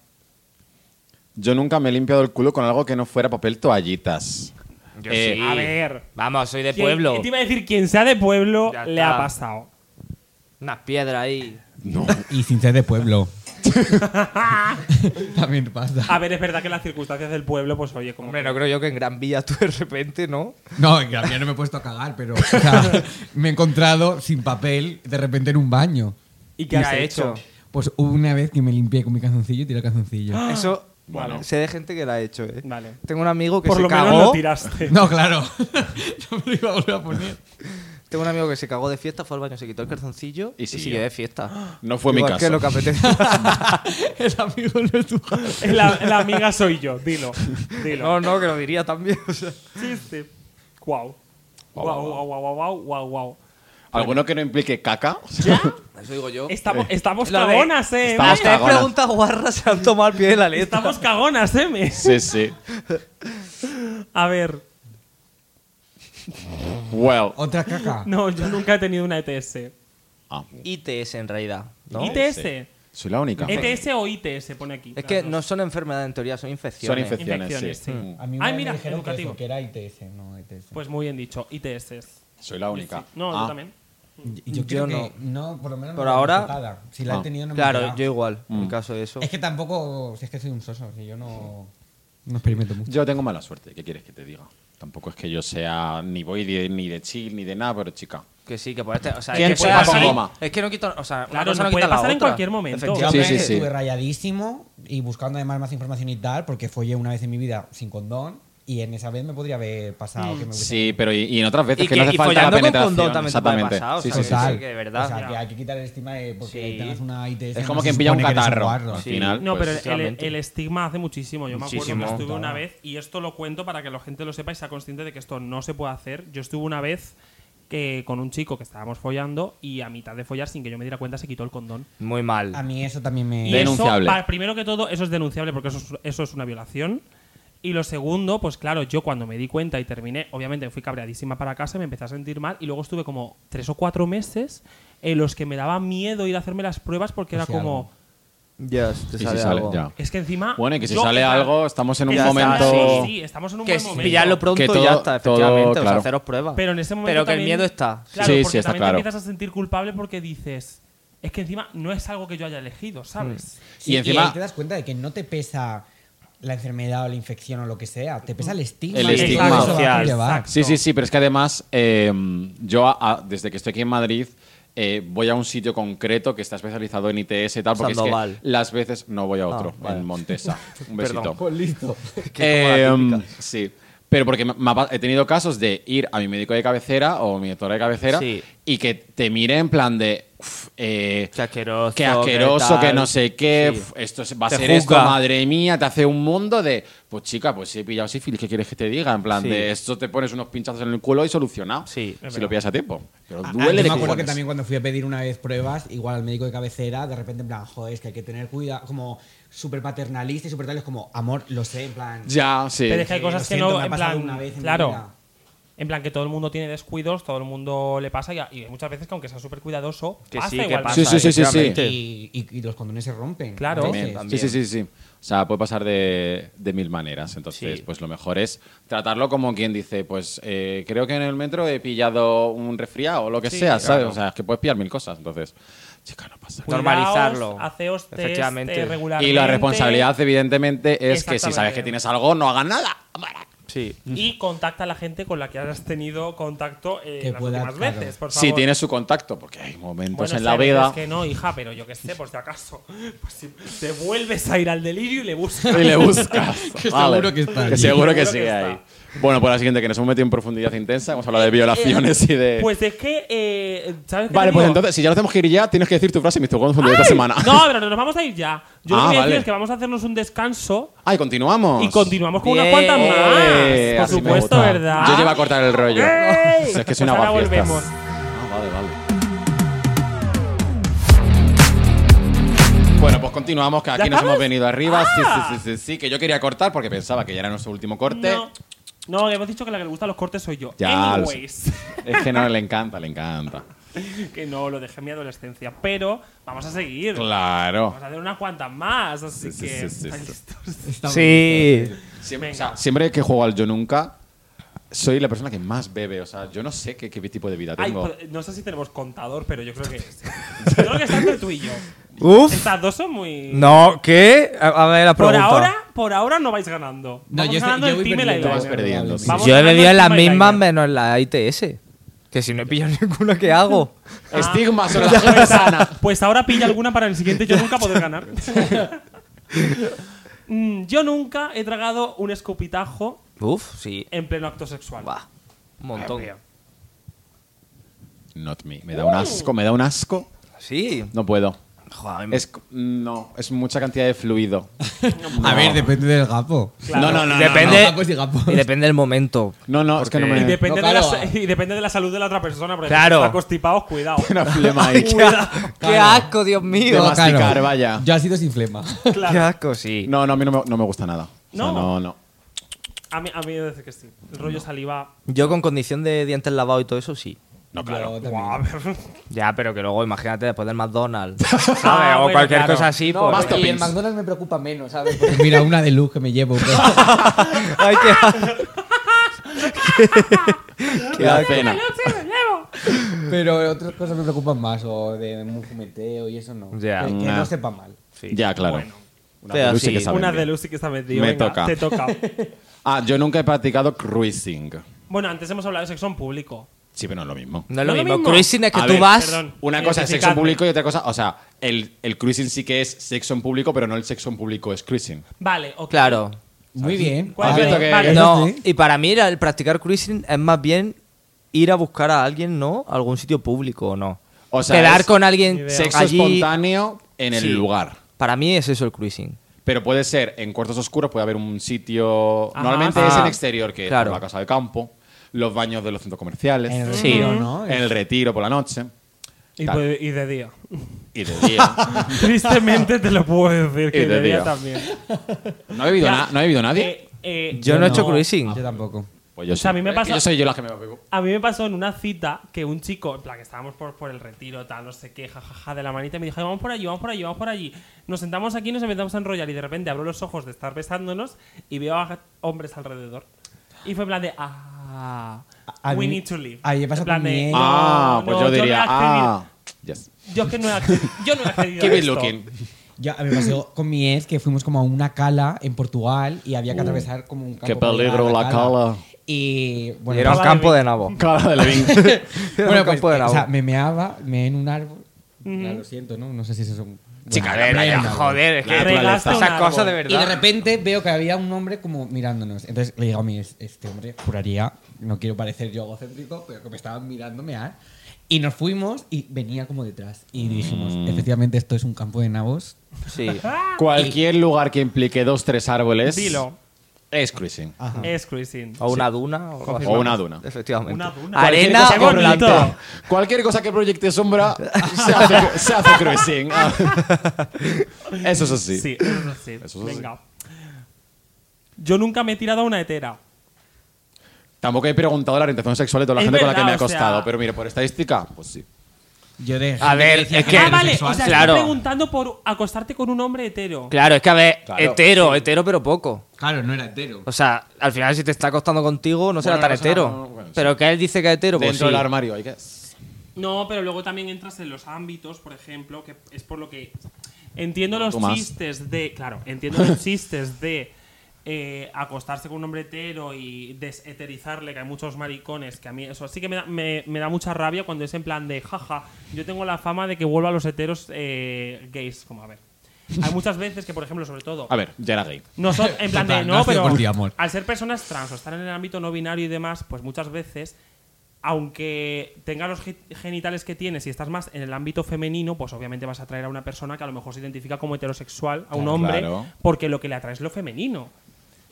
Yo nunca me he limpiado el culo con algo que no fuera papel toallitas. Yo Eh, sí. A ver. Vamos, soy de Quien- pueblo. Te iba a decir, quien sea de pueblo Ya le está. ha pasado. Unas piedras ahí. No. Y sin ser de pueblo. [LAUGHS] También pasa. A ver, es verdad que las circunstancias del pueblo, pues oye, como. Hombre, no creo yo que en Gran Vía tú de repente, ¿no? No, en Gran Vía no me he puesto a cagar, pero o sea, me he encontrado sin papel de repente en un baño. ¿Y ¿Qué has hecho? Pues hubo una vez que me limpié con mi calzoncillo y tiré el [GASPS] calzoncillo. Eso. Bueno. Sé de gente que la ha hecho, ¿eh? Ah. Vale. Tengo un amigo que Por se lo cagó. menos lo tiraste. No, claro. [LAUGHS] no me lo iba a volver a poner. Tengo un amigo que se cagó de fiesta, fue al baño, se quitó el calzoncillo Y y, siguió. siguió de fiesta. [GASPS] No fue mi Igual caso. Que lo [LAUGHS] que apetece. El amigo no es tu [LAUGHS] caso. La, la amiga soy yo, [LAUGHS] dilo. Dilo. no, no, que lo diría también. o sea. Sí, sí. Guau. Guau, Guau, guau, guau, guau, guau, guau, guau. ¿Alguno que no implique caca? Eso digo yo. Estamos, estamos eh, Lo de- cagonas, eh. Estamos Las tres cagonas. preguntas guarras se han tomado al pie de la letra. Estamos cagonas, eh. [LAUGHS] me. Sí, sí. A ver. Well. Otra caca. No, yo nunca he tenido una E ETS. Ah, E ITS en realidad, ¿no? ¿ITS? soy la única. ETS E o ITS, pone aquí. Es que Las dos. no son enfermedades en teoría, son Son infecciones. infecciones, Infecciones, sí. sí. Mm. A mí Ay, me mira, dijeron que educativo. eso, Que, era ITS, no E ETS. Pues muy bien dicho, ITS. Soy la única. No, Ah, yo también. Y- y yo yo, creo no. que no, por lo menos no Por me la han ahora- tocada. Si la Ah. he tenido no me la han Claro, yo tocado. igual, Mm. en caso de eso. Es que tampoco, si es que soy un soso, si yo no no experimento mucho. Yo tengo mala suerte. ¿Qué quieres que te diga? Tampoco es que yo sea ni voy de- ni de chill ni de nada, pero chica. Que sí, que puede estar. O sea, ¿Quién es se que puede pasa pasar- goma? Es que no quita. O sea, una Claro, no cosa no puede quita la pasar en otra. cualquier momento. Yo Efectivamente. Sí, apenas sí, sí. estuve rayadísimo y buscando además más información y tal, porque follé una vez en mi vida sin condón y en esa vez me podría haber pasado que me hubiese- Sí, pero y, y en otras veces Y que, no que- hace y falta la follando con penetración. condón también te puede Exactamente. pasar, o sí, sea, sí, que- sí, Total. sí, que de verdad. O sea, Ya. que hay que quitar el estima de porque Sí. tengas una ITS. Es no como se que pilla un supone eres catarro. guarro. Al Sí. final. No, pues, pero el, efectivamente. el estigma hace muchísimo. Yo me Muchísimo. acuerdo que estuve una vez, y esto lo cuento para que la gente lo sepa y sea consciente de que esto no se puede hacer. Yo estuve una vez que con un chico que estábamos follando y a mitad de follar, sin que yo me diera cuenta, se quitó el condón. Muy A mal. mí eso también me. Y Denunciable. Eso, pa- primero que todo, eso es denunciable porque eso es, eso es una violación. Y lo segundo, pues claro, yo cuando me di cuenta y terminé, obviamente fui cabreadísima para casa, me empecé a sentir mal y luego estuve como tres o cuatro meses en los que me daba miedo ir a hacerme las pruebas porque era Sí, como... algo. Ya, te y si sale sale, algo. ya. Es que encima. Bueno, y que si yo- sale o sea, algo, estamos en un que si sale- momento. Sí, sí, estamos en un Que buen si momento. pillarlo pronto Que ya todo- está, todo, efectivamente. o sea, claro. haceros pruebas. Pero en ese momento. Pero que el también- miedo está. Claro, Sí, sí, porque está también claro. te empiezas a sentir culpable porque dices. Es que encima no es algo que yo haya elegido, ¿sabes? Sí, y encima- ahí te das cuenta de que no te pesa la enfermedad o la infección o lo que sea, te pesa el estigma. El y todo estigma. eso va a Social. conllevar. Sí, sí, sí, pero es que además eh, yo a- a- desde que estoy aquí en Madrid eh, voy a un sitio concreto que está especializado en ITS y tal, porque es que Sandoval. las veces no voy a otro, Ah, vale. en Montesa. [LAUGHS] Un Perdón. besito. Pues listo. Que es como la Eh, sí. Pero porque me- me ha pa- he tenido casos de ir a mi médico de cabecera o mi doctora de cabecera Sí. y que te mire en plan de. "Uf, eh, Qué asqueroso, Qué asqueroso, qué que tal". no sé qué. Sí. uf, Esto es- va a Te ser esto, juzga. madre mía. Te hace un mundo de. Pues chica, pues si he pillado sífilis, ¿qué quieres que te diga? En plan Sí. de esto te pones unos pinchazos en el culo y solucionado. Sí, es Si lo verdad. pillas a tiempo. Pero Ah, duele de yo me acuerdo que cojones. también cuando fui a pedir una vez pruebas, igual al médico de cabecera, de repente en plan, joder, es que hay que tener cuidado, como súper paternalista y súper tal, es como, amor, lo sé, en plan. Ya, sí. Pero es que hay eh, cosas lo que siento, no. me ha en pasado plan. una vez en mi claro. vida. En plan, que todo el mundo tiene descuidos, todo el mundo le pasa y, a- y muchas veces que aunque sea súper cuidadoso, Que pasa sí, que igual. pasa. Sí, sí, sí, sí, sí. efectivamente. Y, y- y los condones se rompen. Claro. a También, veces. Sí, sí, sí, sí. O sea, puede pasar de, de mil maneras. Entonces, Sí. pues lo mejor es tratarlo como quien dice, pues eh, creo que en el metro he pillado un resfriado o lo que sea, ¿sabes? O sea, es que puedes pillar mil cosas. Entonces, chica, no pasa nada. Cuidaos, Normalizarlo. Haceos test, Efectivamente. eh, regularmente. Y la responsabilidad, evidentemente, es que si Exactamente. sabes que tienes algo, no hagas nada. Sí. Y contacta a la gente con la que hayas tenido contacto eh, Que las pueda, últimas claro. veces, por favor. Si tienes su contacto, porque hay momentos Bueno, en la sabes vida que no, hija, pero yo qué sé, por si acaso. [LAUGHS] Pues si te vuelves a ir al delirio y le buscas. y le [LAUGHS] buscas. Que Vale. seguro que está seguro que ahí. Seguro que sigue está. Eh, ahí. Bueno, pues la siguiente, que nos hemos metido en profundidad intensa, hemos hablado de violaciones y de... Pues es que, eh, ¿sabes qué te Vale, pues digo? entonces, si ya lo tenemos que ir ya, tienes que decir tu frase, Mr. Gonzo, de esta ¡Ay! semana. No, pero nos vamos a ir ya. Yo lo Ah, que voy a vale. decir es que vamos a hacernos un descanso [LAUGHS] Ay, continuamos. y continuamos con unas Bien. cuantas Eh, más. Por así me supuesto, gusta. ¿verdad? Yo llevo a cortar el rollo. ¡Ey! Es que Pues soy una ahora guafiestas. volvemos. Ah, vale, vale. Bueno, pues continuamos, que aquí nos estamos? hemos venido arriba. Sí, Ah. sí, sí, sí, sí, que yo quería cortar porque pensaba que ya era nuestro último corte. No, no, hemos dicho que la que le gustan los cortes soy yo. Ya, lo sé. Anyways. [LAUGHS] [LAUGHS] Es que no, le encanta, le encanta. que no, lo dejé en mi adolescencia. Pero vamos a seguir. Claro. Vamos a hacer unas cuantas más, así Sí, sí, sí, que. sí, ¿estáis sí. listos? Sí. Siempre, o Venga. sea, siempre que juego al Yo Nunca, soy la persona que más bebe. O sea, yo no sé qué, qué tipo de vida Ay, tengo. pero no sé si tenemos contador, pero yo creo [LAUGHS] que. yo creo que está entre tú y yo. Uf. Estas dos son muy. No, ¿qué? A, a ver, la Por pregunta. ahora, por ahora no vais ganando. No, Vamos yo estoy- ganando yo el voy team y perdiendo. Vas eyeliner. perdiendo, sí. Vamos Yo he ganando bebido el en las team eyeliner. mismas menos en la ITS. Que si no he pillado [LAUGHS] ninguna que hago. Ah. Estigma [LAUGHS] sobre la gente sana. Pues ahora pilla alguna para el siguiente yo nunca [LAUGHS] podré ganar. Mm, yo nunca he tragado un escupitajo Uf, sí. en pleno acto sexual. Buah, un montón. Not me. Me da un asco, me da un asco. Sí. No puedo. Joder, Mm. a mí me- Es, no, es mucha cantidad de fluido. A ver, depende del gapo. No, no, no. depende, no, gapos y gapos. y depende [LAUGHS] del momento. No, no, es que no [LAUGHS] Y me. depende, No, de la, ¿eh? claro. sa- y depende de la salud de la otra persona. Porque Claro. si está constipado, cuidado. [LAUGHS] Una flema ahí. ¡Qué, qué asco, Dios mío! De No, masticar, claro. vaya. Yo ha sido sin flema. ¡Qué Claro. asco, sí! No, no, a mí no me, no me gusta nada. O sea, No. no, no. A mí, a mí me dice que sí. El rollo saliva. Yo con condición de dientes lavados y todo eso, sí. No, claro. Yo también. Ya, pero que luego imagínate después [LAUGHS] del McDonald's, ¿sabes? Ah, o bueno, cualquier claro. cosa así. No, pues- Más y el toppings. McDonald's me preocupa menos, ¿sabes? Pues [LAUGHS] mira, una de luz que me llevo. pues. [LAUGHS] Ay, qué asco. Qué da pena. Pero otras cosas me preocupan más, o de un fumeteo y eso no. Ya. Que, que Nah. no sepa mal. Ya, claro. Una Pero de Lucy sí. que sabe Una bien. de Lucy que está metido. Me venga, toca. [LAUGHS] Te toca. Ah, yo nunca he practicado cruising. bueno, antes hemos hablado de sexo en público. Sí, pero no es lo mismo. No es lo No lo mismo. mismo. Cruising es que A tú ver, vas. perdón. Una cosa es sexo en Identificadme. público y otra cosa. O sea, el, el cruising sí que es sexo en público, pero no el sexo en público es cruising. Vale, ok. Claro. Muy bien. ¿Cuál Has es? visto que- Vale. Eso No, sí. y para mí el practicar cruising es más bien ir a buscar a alguien, ¿no? A algún sitio público o no. O sea, Quedar es con alguien Sexo allí. espontáneo en el Sí. lugar. Para mí es eso el cruising. Pero puede ser en cuartos oscuros, puede haber un sitio. Ajá. Normalmente es Ah, en exterior, que claro. es por la casa de campo, los baños de los centros comerciales, En el Sí. retiro, ¿no? el retiro por la noche Y, Tal. pues- y de día. [LAUGHS] y de día. Tristemente te lo puedo decir, que de de día, día. también. ¿No ha bebido, Ya. na- ¿no ha bebido nadie? Eh, eh, Yo no he hecho cruising. Yo Ah, tampoco. pues yo sea, a mí me Es que pasa- Yo soy yo la que me lo bebo. A mí me pasó en una cita que un chico, en plan, que estábamos por, por el retiro, tal, no sé qué, jajaja, de la manita, y me dijo, "Ay, vamos por allí, vamos por allí, vamos por allí. Nos sentamos aquí, nos empezamos a enrollar, y de repente abro los ojos de estar besándonos y veo a hombres alrededor. Y fue en plan de, ah, A- a we mí- need to leave. ahí me pasa En plan con de, mi ex. ah, no, pues no, yo no he diría, accedido- ah. Yes. Yo que no he accedido. Yo no he accedido. Keep a it esto. looking. Ya, me pasó con mi ex que fuimos como a una cala en Portugal y había que atravesar como un campo. qué para llegar a peligro la cala. Y bueno, pues, Era un Acaba de campo ver. de [LAUGHS] nabo. Cara [LAUGHS] de Levin. Era bueno, un campo pues, de eh, o nabo. sea, me meaba, me en un árbol. Ya, lo siento, ¿no? No sé si eso es un. Chica, Bueno, era me ya, en un árbol. Joder, es La que regaste un esas árbol. cosas de Y de verdad. repente veo que había un hombre como mirándonos. Entonces le digo a mí, "Es- este hombre juraría, no quiero parecer yo egocéntrico, pero que me estaban mirando mear. Y nos fuimos y venía como detrás. Y dijimos, efectivamente esto es un campo de nabos. Sí. Cualquier lugar que implique dos, tres árboles. Dilo. Es cruising. Ah. Es cruising. Oh, O una duna. O, algo así. O una duna. Efectivamente. Una duna. Arena Cualquier o cosa que blanco. proyecte. Cualquier cosa que proyecte sombra se hace, se hace [LAUGHS] cruising. Ah. Eso es así. Sí, eso es así. Eso es así. Venga. Yo nunca me he tirado a una hetera. Tampoco he preguntado la orientación sexual de toda la Es gente con la que me verdad, ha o sea- costado, pero mire, por estadística, pues sí. Yo de A ver, es que- Ah, vale. Sexual, O sea, claro. estoy preguntando por acostarte con un hombre hetero. Claro, es que a ver, Claro, hetero, hetero pero poco. Claro, no era entero. O sea, al final si te está acostando contigo no será Bueno, tan no será- hetero. no, bueno, sí. pero que él dice que es hetero, pues Dentro sí. del armario, hay que. No, pero luego también entras en los ámbitos, por ejemplo, que es por lo que entiendo los Tú más. chistes de, claro, entiendo [LAUGHS] los chistes de eh, acostarse con un hombre hetero y desheterizarle, que hay muchos maricones, que a mí eso sí que me da, me- me da mucha rabia cuando es en plan de, jaja, yo tengo la fama de que vuelvo a los heteros eh, gays, como a ver. Hay muchas veces que, por ejemplo, sobre todo, A ver, ya era gay. [LAUGHS] nosotros, en plan de, Total, no, nació pero por ti, amor. al ser personas trans o estar en el ámbito no binario y demás, pues muchas veces, aunque tengas los ge- genitales que tienes y estás más en el ámbito femenino, pues obviamente vas a atraer a una persona que a lo mejor se identifica como heterosexual, a un Claro. hombre, porque lo que le atrae es lo femenino.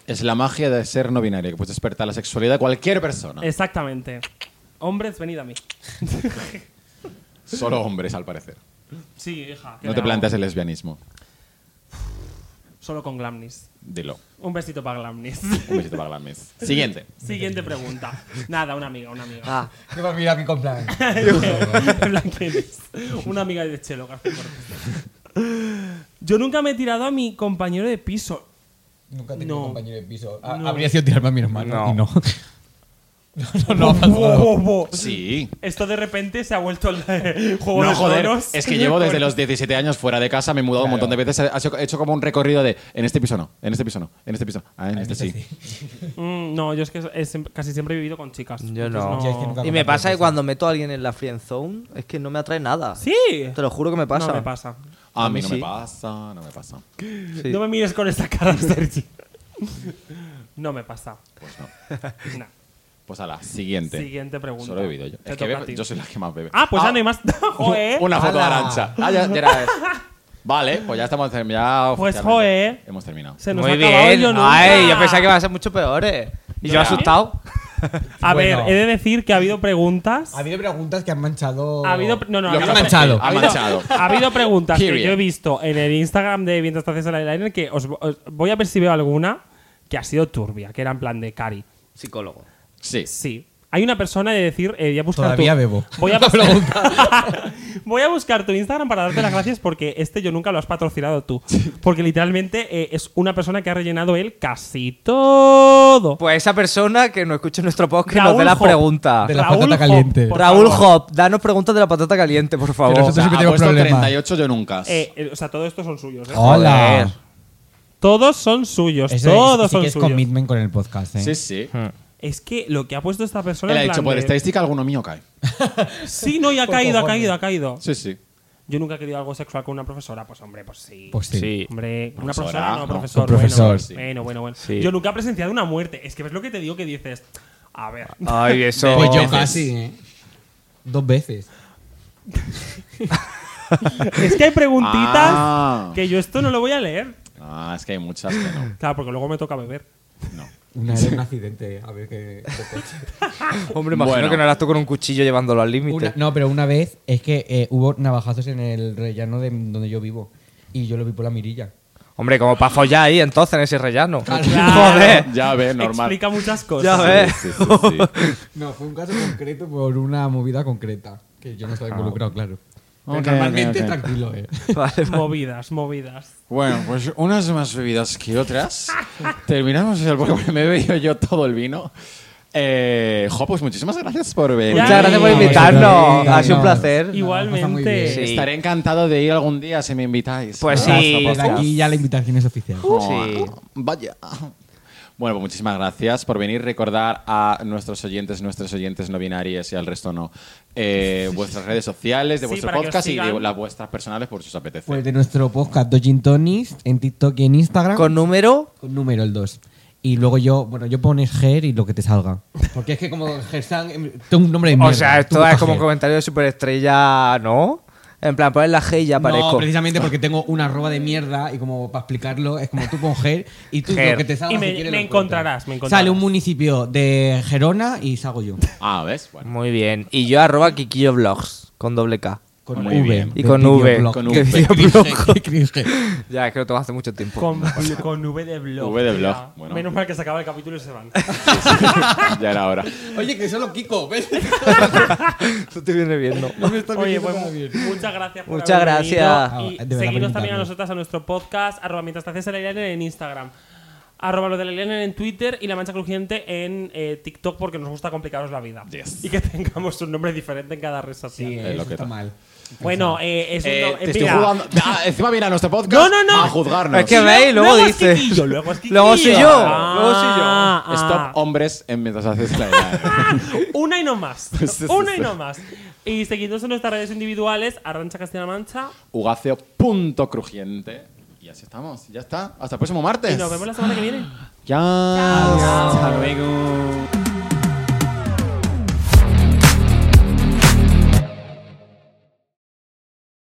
Es la magia de ser no binario, que puedes despertar la sexualidad de cualquier persona. Exactamente. Hombres, venid a mí. Solo hombres, al parecer. Sí, hija. ¿qué No le te hago? planteas el lesbianismo. Solo con Glamnis. Dilo. Un besito para Glamnis. [LAUGHS] Un besito para Glamis. Siguiente. Siguiente [LAUGHS] pregunta. Nada, una amiga, una amiga. Ah, Que va a mirar mi con [LAUGHS] plan. En plan, ¿quién es? [LAUGHS] Una amiga de Chelo, García Cortés. Yo nunca me he tirado a mi compañero de piso. Nunca tenido he tenido No. compañero compañero de piso. No. Habría sido tirarme a mi hermano No. y no. [LAUGHS] No, no, no ha pasado. Sí. Esto de repente se ha vuelto el [LAUGHS] eh, juego No, de joder, Tronos. es que llevo desde los 17 años fuera de casa, me he mudado un Claro. montón de veces, he hecho, he hecho como un recorrido de en este piso no, en este piso no, en este piso, no. ah, en este sí. Mm, no, yo es que es- es- casi siempre he vivido con chicas. Yo Entonces no. Yo es que nunca y me comparto pasa que eso. cuando meto a alguien en la friend zone es que no me atrae nada. Sí. Te lo juro que me pasa. No me pasa. A A mí mí no sí. me pasa, no me pasa. Sí. No me mires con [LAUGHS] esta cara, Sergi. no me pasa. Pues [LAUGHS] no. Nah. Pues a la siguiente. Siguiente pregunta. Solo he bebido yo. Te Es que toca a bebe- ti. yo soy la que más bebe. Ah, pues ya no hay más. [LAUGHS] Joder. [LAUGHS] Una foto de Ala. arancha. Ah, ya, ya [LAUGHS] era eso. Vale, pues ya estamos terminados. Pues, joe. Hemos terminado. Este Se nos Muy ha acabado bien. el yo nunca. Ay, yo pensaba que iba a ser mucho peores. Y yo Ya. asustado. A Bueno. ver, he de decir que ha habido preguntas. Ha habido preguntas que han manchado. Ha habido, no, Lo no, ha que habido- pasa es que manchado. Ha ha habido- [LAUGHS] Ah. manchado. ha habido preguntas que Period. yo he visto en el Instagram de Mientras te haces el eyeliner que os, os- voy a ver si veo alguna que ha sido turbia, que era en plan de Cari. Psicólogo. Sí. Sí. Hay una persona de decir, eh, voy a buscar Todavía tu- bebo. Voy [LAUGHS] a, La buscar- pregunta. [LAUGHS] voy a buscar tu Instagram para darte las gracias porque este yo nunca lo has patrocinado tú. Porque literalmente eh, es una persona que ha rellenado él casi todo. Pues esa persona que nos escuche en nuestro podcast que Raúl nos dé las Hop. preguntas. De la Raúl patata Hop, caliente. por Raúl favor. Hop, danos preguntas de la patata caliente, por favor. Que nosotros- Ha Siempre tengo puesto problemas. 38 yo nunca. Eh, eh, o sea, todo esto son suyos. ¿eh? Joder. Hola. Todos son suyos. Eso todos Ah. es, sí son que es suyos. commitment con el podcast, ¿eh? sí, sí. Es que lo que ha puesto esta persona. Él ha Hmm. en plan dicho, "Pues por de- estadística alguno mío cae. Sí, no, y ha Por caído, ha cojones. caído, ha caído. Sí, sí. Yo nunca he querido algo sexual con una profesora, pues hombre, pues sí. Pues sí. Hombre, una Profesora, profesora, no, no. profesor. Con profesor, bueno, sí. bueno, bueno, bueno. Sí. Yo nunca he presenciado una muerte. Es que ves lo que te digo que dices. A [LAUGHS] ver. Ay, eso. Pues yo casi, ¿eh? Dos veces. es que hay preguntitas Ah. que yo esto no lo voy a leer. Ah, es que hay muchas que [LAUGHS] no. Claro, porque luego me [LAUGHS] toca beber. no. Una [LAUGHS] era un accidente, a ver qué. [LAUGHS] Hombre, imagino Bueno. que no eras tú con un cuchillo llevándolo al límite. Una- no, pero una vez es que eh, hubo navajazos en el rellano de donde yo vivo. Y yo lo vi por la mirilla. Hombre, como para follar ahí entonces en ese rellano. Claro. Joder. Ya ve, normal. Explica muchas Ya cosas. ves. Sí, sí, sí, sí. No, fue un [LAUGHS] caso concreto por una movida concreta. Que yo no estaba involucrado, claro. Pero Ok, normalmente ok, ok. tranquilo, ¿eh? Vale. Movidas, movidas. Bueno, pues unas más bebidas que [LAUGHS] otras. Terminamos el porque me he bebido yo todo el vino. Eh, jo, pues muchísimas gracias por venir. Ya. Muchas gracias por Sí, invitarnos. vosotros, Ha sido un no. placer. muy bien. Igualmente. Sí. Estaré encantado de ir algún día si me invitáis. Pues Ah, sí. Desde aquí ya la invitación es oficial. Oh, Sí. Vaya. Bueno, pues muchísimas gracias por venir. Recordar a nuestros oyentes, nuestros oyentes no binarios y al resto no, eh, vuestras redes sociales, de Sí, vuestro para que os podcast y de sigan. las vuestras personales por si os apetece. Pues de nuestro podcast Dojin Tonis en TikTok y en Instagram. Con número. Con número el 2. Y luego yo, bueno, yo pones Ger y lo que te salga. Porque es que como Gersan, em, tengo un nombre de mierda. O sea, Tú esto es busca como un Ger. comentario de superestrella, ¿no? En plan, pones la G y ya No, aparezco. precisamente porque tengo una arroba de mierda y como para explicarlo, es como tú con Ger y tú Ger. lo que te salga Y si me- quieres me lo encuentras. encontrarás, me encontrarás. Sale un municipio de Gerona y salgo yo. Ah, ¿ves? Bueno. Muy bien. Y yo arroba Kikillo Vlogs con doble K. [LAUGHS] Con Muy V. bien. Y de con V, videoblog. con que V. videoblog. Qué cringe. Ya, es que lo tomas hace mucho tiempo. [LAUGHS] Con, [LAUGHS] con V de blog. V de blog, Ya. bueno. Menos mal que se acaba el capítulo y se [LAUGHS] van. ya era hora. Oye, que solo Kiko, ¿ves? Eso te viene bien, ¿no? No me está Oye, viniendo pues, nada bien. muchas gracias por Muchas haber venido. gracias. Ah, Y de verdad por seguidnos también a invitarnos. nosotras a nuestro podcast, arroba mientras te haces el eyeliner en Instagram. Arroba lo del eyeliner en Twitter y la mancha crujiente en eh, TikTok porque nos gusta complicaros la vida. Yes. Y que tengamos un nombre diferente en cada red social. Sí, Es lo eso que está tal. mal. Bueno, eh, es un Eh, no- te eh, estoy mira, jugando- Ah, encima viene a nuestro podcast No, no, no. a juzgarnos. Es que veis, luego, luego es dices. Quiquillo, [LAUGHS] luego es Luego soy Quiquillo. yo. Ah, Luego soy yo. ah. Stop hombres en mientras haces la [LAUGHS] edad. Una y no más. Pues eso, Una y eso. no más. Y seguidnos en nuestras redes individuales, Arrancha Castilla-La Mancha. Ugaceo punto crujiente. Y así estamos. Ya está. Hasta el próximo martes. Y nos vemos la semana que viene. Chao. Hasta luego.